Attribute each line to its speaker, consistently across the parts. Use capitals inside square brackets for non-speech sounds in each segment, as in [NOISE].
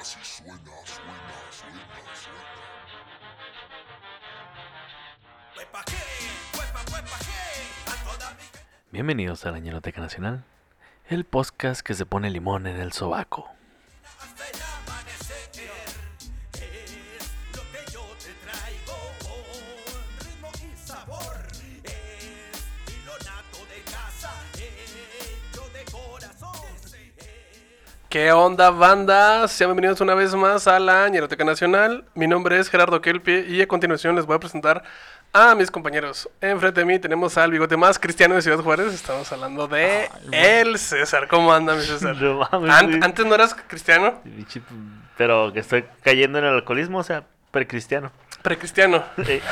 Speaker 1: así suena, suena, suena, suena.
Speaker 2: Huepa, qué, huepa, huepa, qué, a toda mi gente.
Speaker 3: Bienvenidos a la Ñeroteca Nacional, el podcast que se pone limón en el sobaco.
Speaker 2: Hasta el amanecer es lo que yo te traigo con ritmo y sabor. Es pilonato de casa, hecho de corazón.
Speaker 4: ¿Qué onda, banda? Sean bienvenidos una vez más a la Ñeroteca Nacional. Mi nombre es Gerardo Kelpie y a continuación les voy a presentar a mis compañeros. Enfrente de mí tenemos al bigote más cristiano de Ciudad Juárez. Estamos hablando de el César. ¿Cómo anda, mi César?
Speaker 5: No mames,
Speaker 4: Ant-
Speaker 5: güey.
Speaker 4: antes no eras cristiano,
Speaker 5: Pinche-
Speaker 4: pues,
Speaker 5: Pero que estoy cayendo en el alcoholismo, o sea, precristiano.
Speaker 4: precristiano.
Speaker 5: Eh,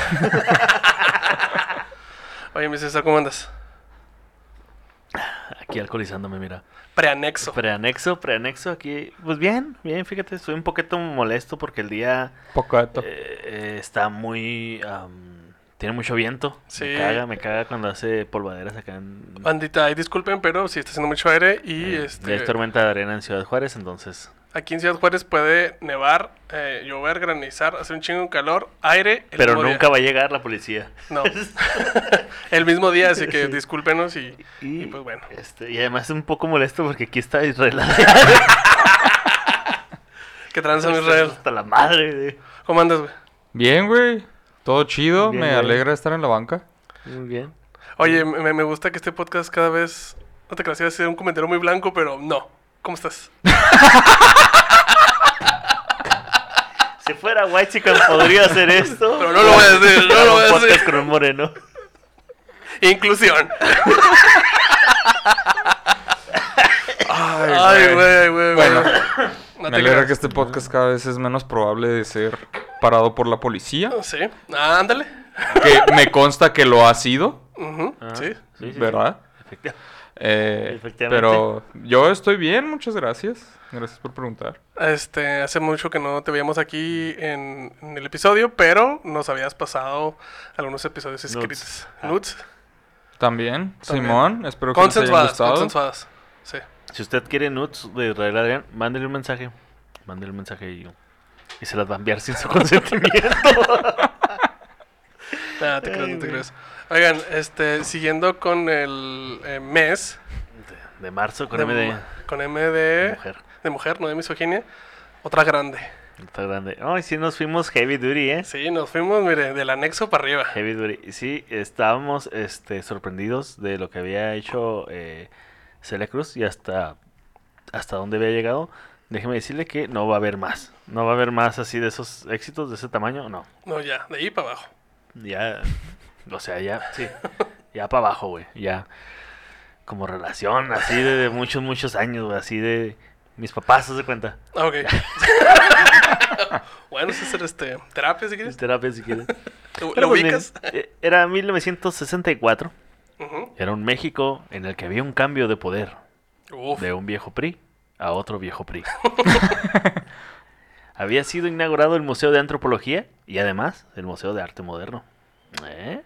Speaker 4: [LAUGHS] Oye, mi César, ¿cómo andas?
Speaker 3: Aquí alcoholizándome, mira.
Speaker 4: Preanexo.
Speaker 5: Preanexo, preanexo, aquí. Pues bien, bien, fíjate, estoy un poquito molesto porque el día
Speaker 6: Poco alto.
Speaker 5: eh,
Speaker 3: Eh, está muy... am, tiene mucho viento.
Speaker 4: Sí.
Speaker 5: me caga, me caga cuando hace polvaderas acá en.
Speaker 4: Bandita, ahí disculpen, pero si está haciendo mucho aire y
Speaker 5: eh,
Speaker 4: este,
Speaker 5: ya es tormenta de arena en Ciudad Juárez, entonces.
Speaker 4: aquí en Ciudad Juárez puede nevar, eh, llover, granizar, hacer un chingo de calor, aire. el
Speaker 5: Pero
Speaker 4: mismo día.
Speaker 5: nunca va a llegar la
Speaker 4: [LAUGHS]
Speaker 5: policía.
Speaker 4: No. el mismo día, así que
Speaker 5: Sí.
Speaker 4: discúlpenos y,
Speaker 5: Y,
Speaker 4: y pues bueno.
Speaker 5: este, y además es un poco molesto porque aquí está
Speaker 4: [LAUGHS]
Speaker 5: Israel.
Speaker 4: ¿Qué tranza, mi Israel?
Speaker 5: [LAUGHS] Hasta la madre. güey.
Speaker 4: ¿Cómo andas, güey?
Speaker 6: Bien, güey. Todo chido.
Speaker 5: Bien,
Speaker 6: me
Speaker 5: bien.
Speaker 6: alegra estar en la banca.
Speaker 5: Muy bien.
Speaker 4: Oye, me, me gusta que este podcast cada vez. No te creas, iba a ser un comentario muy blanco, pero no. ¿Cómo estás?
Speaker 5: Si fuera White Chicken podría hacer esto.
Speaker 4: [LAUGHS] Pero no lo voy a decir, no lo voy a
Speaker 5: Un podcast
Speaker 4: decir.
Speaker 5: con un moreno.
Speaker 4: Inclusión.
Speaker 6: Ay,
Speaker 4: Ay, güey, güey, güey.
Speaker 6: Bueno,
Speaker 4: No
Speaker 6: me
Speaker 4: te
Speaker 6: alegra
Speaker 4: creas.
Speaker 6: que este podcast cada vez es menos probable de ser parado por la
Speaker 4: [LAUGHS]
Speaker 6: policía.
Speaker 4: Sí. Ah, ándale.
Speaker 6: Que me consta que lo ha sido,
Speaker 4: Ujú, Sí.
Speaker 6: ¿verdad?
Speaker 5: Efecti-
Speaker 6: Eh,
Speaker 5: Efectivamente.
Speaker 6: pero yo estoy bien, muchas gracias. Gracias por preguntar.
Speaker 4: Este, hace mucho que no te veíamos aquí en, en el episodio, pero nos habías pasado algunos episodios
Speaker 5: Nudes.
Speaker 4: escritos.
Speaker 5: Ah.
Speaker 4: Nudes.
Speaker 6: También,
Speaker 4: También.
Speaker 6: Simón, espero que les haya
Speaker 4: Consensuadas,
Speaker 6: gustado.
Speaker 4: consensuadas. Sí.
Speaker 5: Si usted quiere nudes de Israel Adrián, mándele un mensaje. Mándele un mensaje y, y se las va a enviar sin su [LAUGHS]
Speaker 4: [LAUGHS]
Speaker 5: consentimiento.
Speaker 4: Nah, Ah, te creas, no te creas. Oigan, este, siguiendo con el eh, mes
Speaker 5: De marzo, con
Speaker 4: de ¿Eh?
Speaker 5: M de
Speaker 4: mu- con M de,
Speaker 5: mujer.
Speaker 4: de mujer, no de misoginia, otra grande.
Speaker 5: Está grande. Ay, sí nos fuimos heavy duty, ¿eh?
Speaker 4: Sí, nos fuimos, mire, del anexo para arriba.
Speaker 5: Heavy duty. Sí, estábamos este, sorprendidos de lo que había hecho eh, Celia Cruz y hasta, hasta dónde había llegado. Déjeme decirle que no va a haber más. No va a haber más así de esos éxitos de ese tamaño. No.
Speaker 4: No, ya, de ahí para abajo.
Speaker 5: Ya. O sea, ya. Sí. Ya para abajo, güey. Ya. Como relación, así de, de muchos, muchos años, güey. Así de. Mis papás, ¿se cuenta?
Speaker 4: Ah, ok. [LAUGHS] bueno, es hacer este, terapia si quieres.
Speaker 5: Terapia, si
Speaker 4: [LAUGHS]
Speaker 5: quieres.
Speaker 4: ¿Lo,
Speaker 5: Pero
Speaker 4: lo
Speaker 5: pues, miren,
Speaker 4: ubicas?
Speaker 5: eh, Era 1964.
Speaker 4: Ujú.
Speaker 5: Era un México en el que había un cambio de poder.
Speaker 4: Uf,
Speaker 5: de un viejo PRI a otro viejo
Speaker 4: [LAUGHS]
Speaker 5: PRI. [LAUGHS] Había sido inaugurado el Museo de Antropología y además el Museo de Arte Moderno. ¿Eh?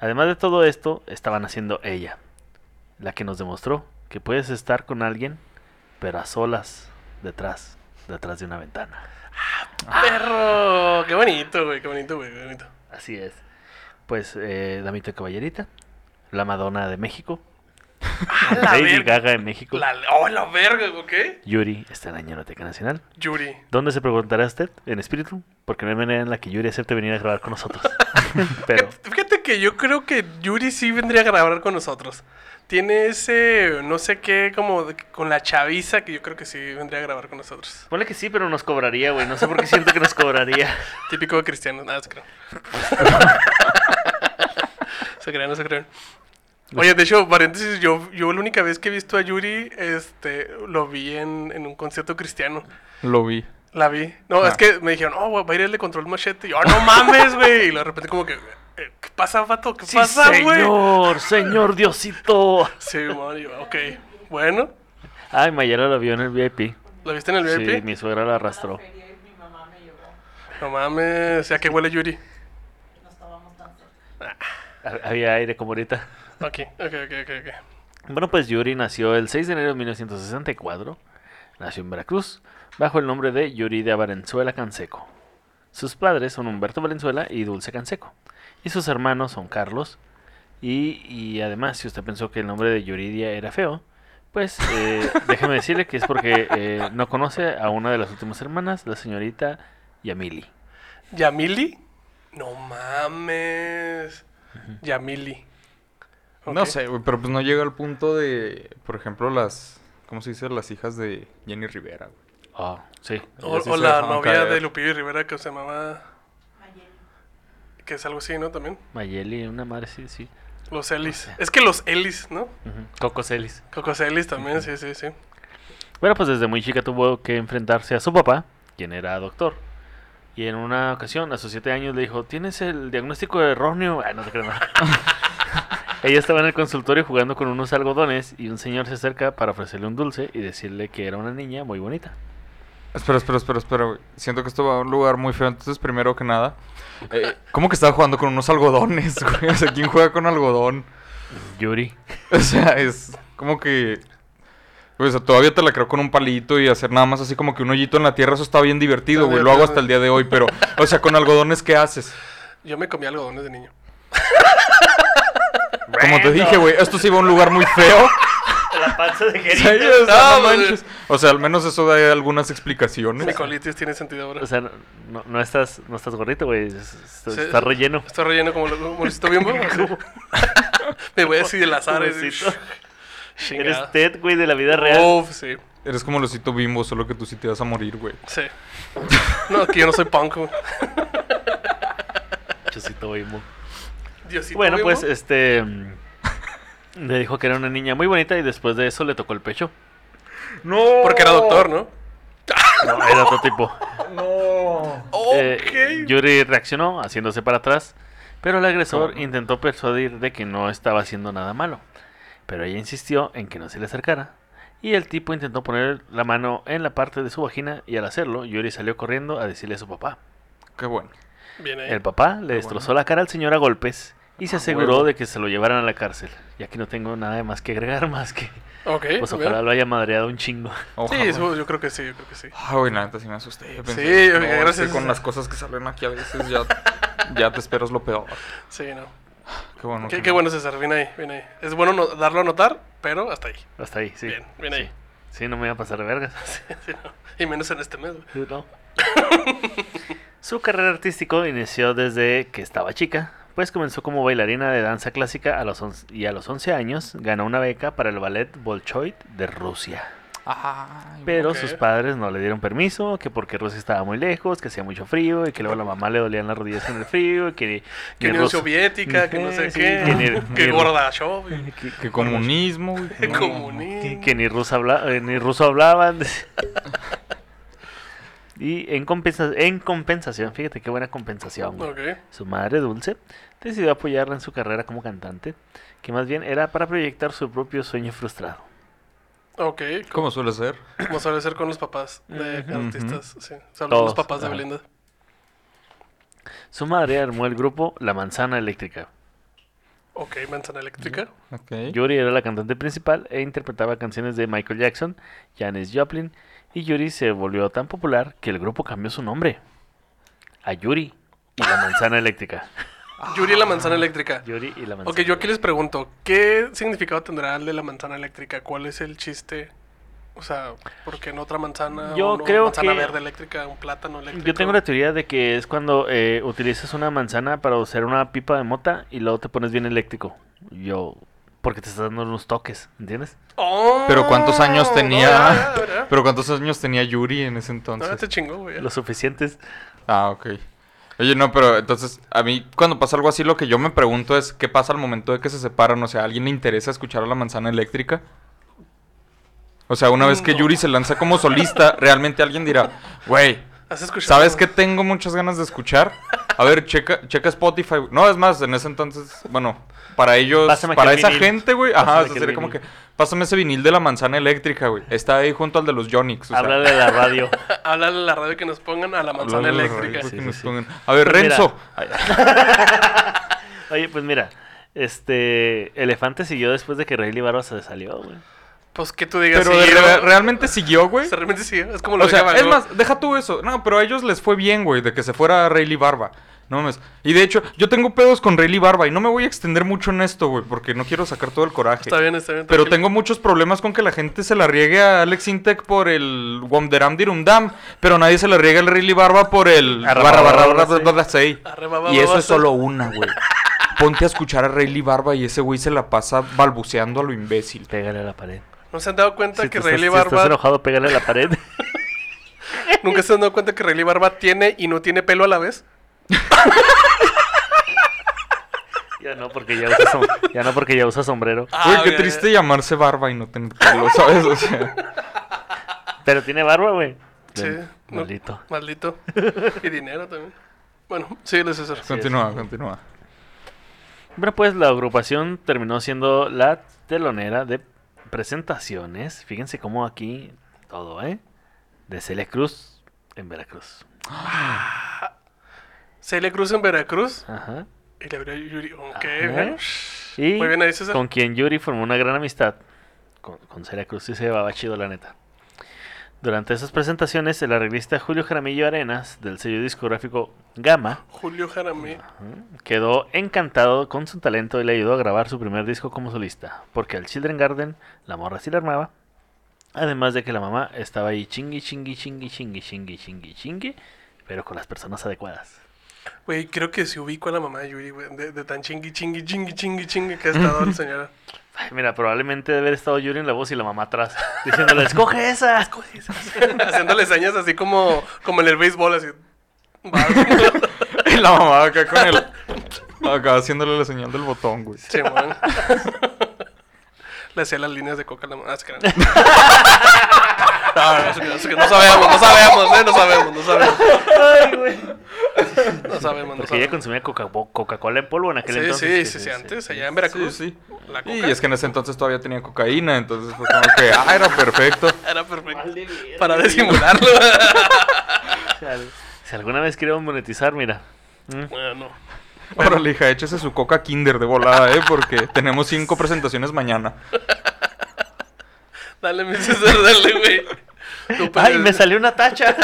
Speaker 5: Además de todo esto, estaban haciendo ella, la que nos demostró que puedes estar con alguien, pero a solas, detrás, detrás de una ventana.
Speaker 4: perro, qué bonito, güey, qué bonito, güey, qué bonito.
Speaker 5: Así es. Pues, eh, Damito y Caballerita, la Madonna de
Speaker 4: [LAUGHS]
Speaker 5: México,
Speaker 4: la
Speaker 5: Lady
Speaker 4: verga.
Speaker 5: Gaga de México,
Speaker 4: La, oh, la verga, ok.
Speaker 5: Yuri está en la Ñeroteca Nacional.
Speaker 4: Yuri.
Speaker 5: ¿Dónde se preguntará usted? En espíritu, porque no hay manera en la que Yuri acepte venir a grabar con [LAUGHS] nosotros. Pero
Speaker 4: Fíjate- Fíjate que yo creo que Yuri sí vendría a grabar con nosotros. Tiene ese, no sé qué, como de- con la chaviza que yo creo que sí vendría a grabar con nosotros.
Speaker 5: ponle que sí, pero nos cobraría, güey. No sé por qué siento que nos cobraría. [LAUGHS]
Speaker 4: Típico de cristiano, nada, se creo. se crean, no se crean. Oye, de hecho, paréntesis, yo, yo la única vez que he visto a Yuri, este, lo vi en, en un concierto cristiano.
Speaker 6: Lo vi.
Speaker 4: La vi. No,
Speaker 6: Ah.
Speaker 4: es que me dijeron, oh, güey, va a ir el de control machete. Y yo, "Ah, no mames, güey. Y de repente como que, "Eh, ¿qué pasa, vato? ¿Qué pasa, güey?
Speaker 5: señor, señor [LAUGHS] Diosito.
Speaker 4: Sí, Mario, ok. Bueno,
Speaker 5: Ay, Mayara lo vio en el VIP.
Speaker 4: ¿lo viste en el
Speaker 5: Sí,
Speaker 4: VIP?
Speaker 5: mi suegra la arrastró.
Speaker 4: No mames, ya que huele Yuri. Ah,
Speaker 5: Ha- Había aire como ahorita.
Speaker 4: Ok, ok, ok, ok. ok.
Speaker 5: Bueno, pues Yuri nació el 6 de enero de 1964. Nació en Veracruz, bajo el nombre de Yuridia Valenzuela Canseco. Sus padres son Humberto Valenzuela y Dulce Canseco. Y sus hermanos son Carlos. Y, y además, si usted pensó que el nombre de Yuridia era feo, pues [LAUGHS] eh, déjeme decirle que es porque eh, no conoce a una de las últimas hermanas, la señorita Yamili.
Speaker 4: ¿Yamili? No mames. Yamili.
Speaker 6: No
Speaker 4: Ok.
Speaker 6: sé, güey, pero pues no llega al punto de, por ejemplo, las, ¿cómo se dice? Las hijas de Jenny Rivera, güey.
Speaker 5: Ah, sí.
Speaker 4: O,
Speaker 6: Ellas sí
Speaker 4: o
Speaker 6: se
Speaker 4: la
Speaker 6: dejaban
Speaker 4: novia
Speaker 6: caer.
Speaker 4: de Lupillo y Rivera que se llamaba. Que es algo así, ¿no? También.
Speaker 5: Mayeli, una madre, sí, sí.
Speaker 4: Los Ellis. Es que los Ellis, ¿no?
Speaker 5: Ujú. Coco Celis.
Speaker 4: Cocos Ellis también, sí, sí, sí.
Speaker 5: Bueno, pues desde muy chica tuvo que enfrentarse a su papá, quien era doctor. Y en una ocasión, a sus siete años, le dijo, ¿tienes el diagnóstico erróneo? Ah, no te creo [LAUGHS] nada. Ella estaba en el consultorio jugando con unos algodones y un señor se acerca para ofrecerle un dulce y decirle que era una niña muy bonita.
Speaker 6: Espera, espera, espera, espera, güey. Siento que esto va a un lugar muy feo, entonces primero que nada, eh, ¿cómo que estaba jugando con unos algodones, [LAUGHS] güey? O sea, ¿quién juega con algodón?
Speaker 5: Yuri.
Speaker 6: O sea, es como que... güey, o sea, todavía te la creo con un palito y hacer nada más así como que un hoyito en la tierra, eso está bien divertido,
Speaker 4: Está
Speaker 6: güey. Lo hago
Speaker 4: divertido.
Speaker 6: hasta el día de hoy, pero... O sea, con algodones, ¿qué haces?
Speaker 4: Yo me comí algodones de niño.
Speaker 6: Como te dije, güey, esto sí va a un lugar muy
Speaker 4: [LAUGHS]
Speaker 6: feo. [LAUGHS]
Speaker 5: La panza de
Speaker 6: Sí, o sea,
Speaker 4: No,
Speaker 6: no
Speaker 4: pues,
Speaker 6: manches. O sea, al menos eso da algunas explicaciones.
Speaker 4: Mi colitis tiene sentido ahora.
Speaker 5: O sea, no, no estás, no estás gordito, güey. es- es-
Speaker 4: Sí.
Speaker 5: Estás relleno.
Speaker 4: Estoy relleno como lo- como Luisito Bimbo.
Speaker 5: [LAUGHS]
Speaker 4: así. [LAUGHS] Me voy así del azar. así.
Speaker 5: Pobrecito. Eres
Speaker 4: Chingada.
Speaker 5: Ted, güey, de la vida real.
Speaker 4: Uf, sí.
Speaker 6: Eres como losito bimbo, solo que tú sí te vas a morir, güey.
Speaker 4: Sí. No, que yo no soy punk. güey.
Speaker 5: Chocito, güey, mo.
Speaker 4: Diosito
Speaker 5: Bueno,
Speaker 4: Bimbo.
Speaker 5: pues este. mm, Le dijo que era una niña muy bonita y después de eso le tocó el pecho.
Speaker 6: No.
Speaker 4: Porque era doctor, ¿no?
Speaker 6: Ah.
Speaker 5: No, era otro
Speaker 6: [LAUGHS]
Speaker 5: tipo.
Speaker 6: No.
Speaker 5: Eh,
Speaker 4: Ok.
Speaker 5: Yuri reaccionó haciéndose para atrás, pero el agresor
Speaker 6: Cabrón.
Speaker 5: intentó persuadir de que no estaba haciendo nada malo. Pero ella insistió en que no se le acercara. Y el tipo intentó poner la mano en la parte de su vagina y al hacerlo, Yuri salió corriendo a decirle a su papá.
Speaker 6: Qué bueno.
Speaker 4: Bien ahí.
Speaker 5: El papá le destrozó la cara al señor a golpes y se
Speaker 6: Eh, Ah,
Speaker 5: aseguró
Speaker 6: huevo.
Speaker 5: de que se lo llevaran a la cárcel. Y aquí no tengo nada más que agregar, [LAUGHS] más que...
Speaker 4: Ok.
Speaker 5: Pues
Speaker 4: bien.
Speaker 5: ojalá lo haya madreado un chingo.
Speaker 6: Ojalá.
Speaker 4: Sí, eso, yo creo que sí, yo creo que sí.
Speaker 6: Ah, güey, la neta sí me asusté. Yo pensé,
Speaker 4: Sí,
Speaker 6: no,
Speaker 4: oiga,
Speaker 6: es que
Speaker 4: gracias.
Speaker 6: con las cosas que salen aquí a veces ya, ya te esperas lo peor.
Speaker 4: Sí, no.
Speaker 6: Qué bueno.
Speaker 4: Qué,
Speaker 6: que
Speaker 4: qué
Speaker 6: no.
Speaker 4: bueno, César, bien ahí, bien ahí. Es bueno no- darlo a notar, pero hasta ahí. [LAUGHS]
Speaker 5: Hasta ahí, sí.
Speaker 4: Bien, bien
Speaker 5: Sí.
Speaker 4: ahí.
Speaker 5: Sí, no me iba a pasar de
Speaker 4: [LAUGHS]
Speaker 5: vergas.
Speaker 4: Sí, no. Y menos en este mes, güey.
Speaker 5: No. Su carrera artística inició desde que estaba chica, pues comenzó como bailarina de danza clásica a los once- y a los 11 años ganó una beca para el ballet Bolshoi de Rusia.
Speaker 6: Ay,
Speaker 5: Pero
Speaker 4: Ok.
Speaker 5: sus padres no le dieron permiso, que porque Rusia estaba muy lejos, que hacía mucho frío y que luego a la mamá le dolían las rodillas en el frío y que... ni-
Speaker 4: Que
Speaker 5: ni
Speaker 4: Unión
Speaker 5: Rusia-
Speaker 4: Soviética, que no sé
Speaker 5: Sí,
Speaker 4: qué.
Speaker 5: que ni-
Speaker 4: que
Speaker 5: ni-
Speaker 4: Gordachov. y-
Speaker 6: qué
Speaker 4: [LAUGHS]
Speaker 6: comunismo, güey.
Speaker 4: Que
Speaker 6: No.
Speaker 5: que,
Speaker 4: comunismo.
Speaker 5: que ni, ruso habla- eh, ni ruso hablaban. [LAUGHS] y en, compensa- en compensación, fíjate qué buena compensación. güey.
Speaker 4: Ok.
Speaker 5: Su madre Dulce decidió apoyarla en su carrera como cantante, que más bien era para proyectar su propio sueño frustrado.
Speaker 4: Ok.
Speaker 6: ¿Cómo suele ser?
Speaker 4: Como suele ser con los papás de artistas. Sí. Sobre todo
Speaker 5: Todos,
Speaker 4: los papás de
Speaker 5: ajá.
Speaker 4: Belinda.
Speaker 5: Su madre armó el grupo La Manzana Eléctrica.
Speaker 4: Ok, manzana eléctrica.
Speaker 6: Ok.
Speaker 5: Yuri era la cantante principal e interpretaba canciones de Michael Jackson, Janis Joplin, y Yuri se volvió tan popular que el grupo cambió su nombre a Yuri y La Manzana Eléctrica.
Speaker 4: Yuri la manzana eléctrica.
Speaker 5: [LAUGHS] Yuri y La Manzana
Speaker 4: Ok, yo aquí les pregunto, ¿qué significado tendrá el de la manzana eléctrica? ¿Cuál es el chiste? O sea, porque en otra manzana,
Speaker 5: Yo
Speaker 4: una
Speaker 5: creo
Speaker 4: manzana
Speaker 5: que-
Speaker 4: verde eléctrica, un plátano eléctrico.
Speaker 5: Yo tengo la teoría de que es cuando eh, utilizas una manzana para hacer una pipa de mota y luego te pones bien eléctrico. Yo, porque te estás dando unos toques, ¿entiendes?
Speaker 4: ¡Oh!
Speaker 6: Pero cuántos años
Speaker 4: No,
Speaker 6: tenía.
Speaker 4: ya, ya, ya.
Speaker 6: Pero cuántos años tenía Yuri en ese
Speaker 4: No,
Speaker 6: entonces.
Speaker 4: te chingo, güey.
Speaker 5: Lo suficientes.
Speaker 6: Ah, ok. Oye, no, pero entonces, a mí cuando pasa algo así, lo que yo me pregunto es, ¿qué pasa al momento de que se separan? O sea, ¿a alguien le interesa escuchar a la manzana eléctrica? O sea, una vez que
Speaker 4: No.
Speaker 6: Yuri se lanza como solista, realmente alguien dirá, güey,
Speaker 4: ¿Has escuchado? [LAUGHS]
Speaker 6: ¿sabes qué tengo muchas ganas de escuchar? A ver, checa, checa Spotify. No, es más, en ese entonces, bueno, para ellos,
Speaker 5: Pásame
Speaker 6: para
Speaker 5: aquel
Speaker 6: esa
Speaker 5: vinil.
Speaker 6: gente, güey, ajá,
Speaker 5: Pásame
Speaker 6: o sea,
Speaker 5: aquel
Speaker 6: sería como que,
Speaker 5: vinil.
Speaker 6: pásame ese vinil de la manzana eléctrica, güey. Está ahí junto al de los Yonix. O sea,
Speaker 5: Háblale a la
Speaker 4: [LAUGHS]
Speaker 5: radio.
Speaker 4: Háblale a la radio que nos pongan a la manzana
Speaker 6: Hablando de los
Speaker 4: eléctrica.
Speaker 6: rayos que
Speaker 5: sí,
Speaker 6: nos
Speaker 5: sí.
Speaker 6: pongan. A ver,
Speaker 5: Pues mira.
Speaker 6: Renzo.
Speaker 5: [LAUGHS] Oye, pues mira, este elefante siguió después de que Rayleigh Barba se salió, güey.
Speaker 4: Pues que tú digas.
Speaker 6: Pero
Speaker 4: sí,
Speaker 6: de-
Speaker 4: ¿no?
Speaker 6: re- realmente siguió, güey.
Speaker 4: O sea, realmente sí. Es como lo
Speaker 6: O
Speaker 4: de
Speaker 6: sea,
Speaker 4: Gabán,
Speaker 6: es
Speaker 4: ¿no?
Speaker 6: más, deja tú eso. No, pero a ellos les fue bien, güey, de que se fuera Rayleigh Barba. No mames. Y de hecho, yo tengo pedos con Rayleigh Barba y no me voy a extender mucho en esto, güey, porque no quiero sacar todo el coraje.
Speaker 4: Está bien, está bien.
Speaker 6: Pero
Speaker 4: tranquilo.
Speaker 6: tengo muchos problemas con que la gente se la riegue a Alex Intec por el Wamderam Dirumdam, pero nadie se la riegue al Riley Barba por el
Speaker 5: Arra,
Speaker 6: barra barra
Speaker 5: barra,
Speaker 6: barra
Speaker 5: sí.
Speaker 6: barra sei.
Speaker 4: Arra, barra,
Speaker 6: Y eso
Speaker 4: barra,
Speaker 6: es solo una,
Speaker 4: [LAUGHS]
Speaker 6: güey. Ponte a escuchar a Riley Barba y ese güey se la pasa balbuceando a lo imbécil.
Speaker 5: Pégale a la pared.
Speaker 4: ¿No se han dado cuenta
Speaker 5: Si, te
Speaker 4: que
Speaker 5: estás,
Speaker 4: Rayleigh
Speaker 5: si estás
Speaker 4: Barba.
Speaker 5: enojado, pégale a la
Speaker 4: [LAUGHS]
Speaker 5: pared. [LAUGHS]
Speaker 4: ¿Nunca se han dado cuenta que Rayleigh Barba tiene y no tiene pelo a la vez?
Speaker 5: ya no, porque ya usa, som- ya no porque ya usa sombrero.
Speaker 6: Güey,
Speaker 4: Ah,
Speaker 6: qué
Speaker 4: ok,
Speaker 6: triste llamarse Barba y no tener
Speaker 4: [LAUGHS]
Speaker 6: pelo, ¿sabes? O sea,
Speaker 5: Pero tiene barba, güey.
Speaker 4: Sí,
Speaker 5: Ven,
Speaker 4: no.
Speaker 5: Maldito.
Speaker 4: Maldito. Y dinero también. Bueno, sí, les César.
Speaker 6: continúa, continúa. [LAUGHS]
Speaker 5: Bueno, pues la agrupación terminó siendo la telonera de presentaciones. Fíjense cómo aquí todo, ¿eh? De Celia Cruz en Veracruz.
Speaker 4: Celia Cruz en Veracruz
Speaker 5: Ajá.
Speaker 4: y la abrió Yuri. Ok,
Speaker 5: Ajá.
Speaker 4: bueno.
Speaker 5: Y
Speaker 4: Muy bien ahí, César.
Speaker 5: con quien Yuri formó una gran amistad. Con, con Celia Cruz sí se llevaba chido, la neta. Durante esas presentaciones, el arreglista Julio Jaramillo Arenas, del sello discográfico Gama,
Speaker 4: Julio Jaramillo.
Speaker 5: quedó encantado con su talento y le ayudó a grabar su primer disco como solista, porque al Children Garden la morra sí la armaba, además de que la mamá estaba ahí chingui, chingui, chingui, chingui, chingui, chingui, chingui, pero con las personas adecuadas.
Speaker 4: Güey, creo que se ubicó a la mamá de Yuri, güey, de, de tan chingui, chingui, chingui, chingui, chingui que ha estado la señora.
Speaker 5: Ay, mira, probablemente debe haber estado Yuri en la voz y la mamá atrás, [LAUGHS] diciéndole, escoge esa, escoge
Speaker 4: [LAUGHS]
Speaker 5: esa.
Speaker 4: [LAUGHS] Haciéndole señas así como, como en el béisbol, así.
Speaker 6: Y la mamá acá con el... Acá haciéndole la señal del botón, güey.
Speaker 4: Sí, man. [LAUGHS] Le hacía las líneas de coca a la mamá. Ah, se [LAUGHS] crean. No, no, se crean, se crean. no sabemos, no sabemos, eh, no sabemos, no sabemos. No sabemos, no
Speaker 5: Porque ella
Speaker 4: sabemos.
Speaker 5: consumía Coca- Coca-Cola en polvo en aquel
Speaker 4: Sí,
Speaker 5: entonces.
Speaker 4: sí, sí, sí, antes, allá en Veracruz.
Speaker 6: Sí,
Speaker 4: La coca
Speaker 6: Y es que en ese entonces todavía tenía cocaína, entonces fue como que, ah,
Speaker 4: [LAUGHS]
Speaker 6: era perfecto.
Speaker 4: era perfecta.
Speaker 5: [LAUGHS]
Speaker 4: Para disimularlo.
Speaker 5: Chale. Si alguna vez queremos monetizar, mira. Mm.
Speaker 4: bueno,
Speaker 6: Órale, hija, échese su coca kinder de volada, ¿eh? Porque tenemos cinco presentaciones mañana.
Speaker 4: dale, mi César, dale, güey. Tú
Speaker 5: ¡Ay,
Speaker 4: puedes.
Speaker 5: me salió una
Speaker 4: [LAUGHS]
Speaker 5: tacha!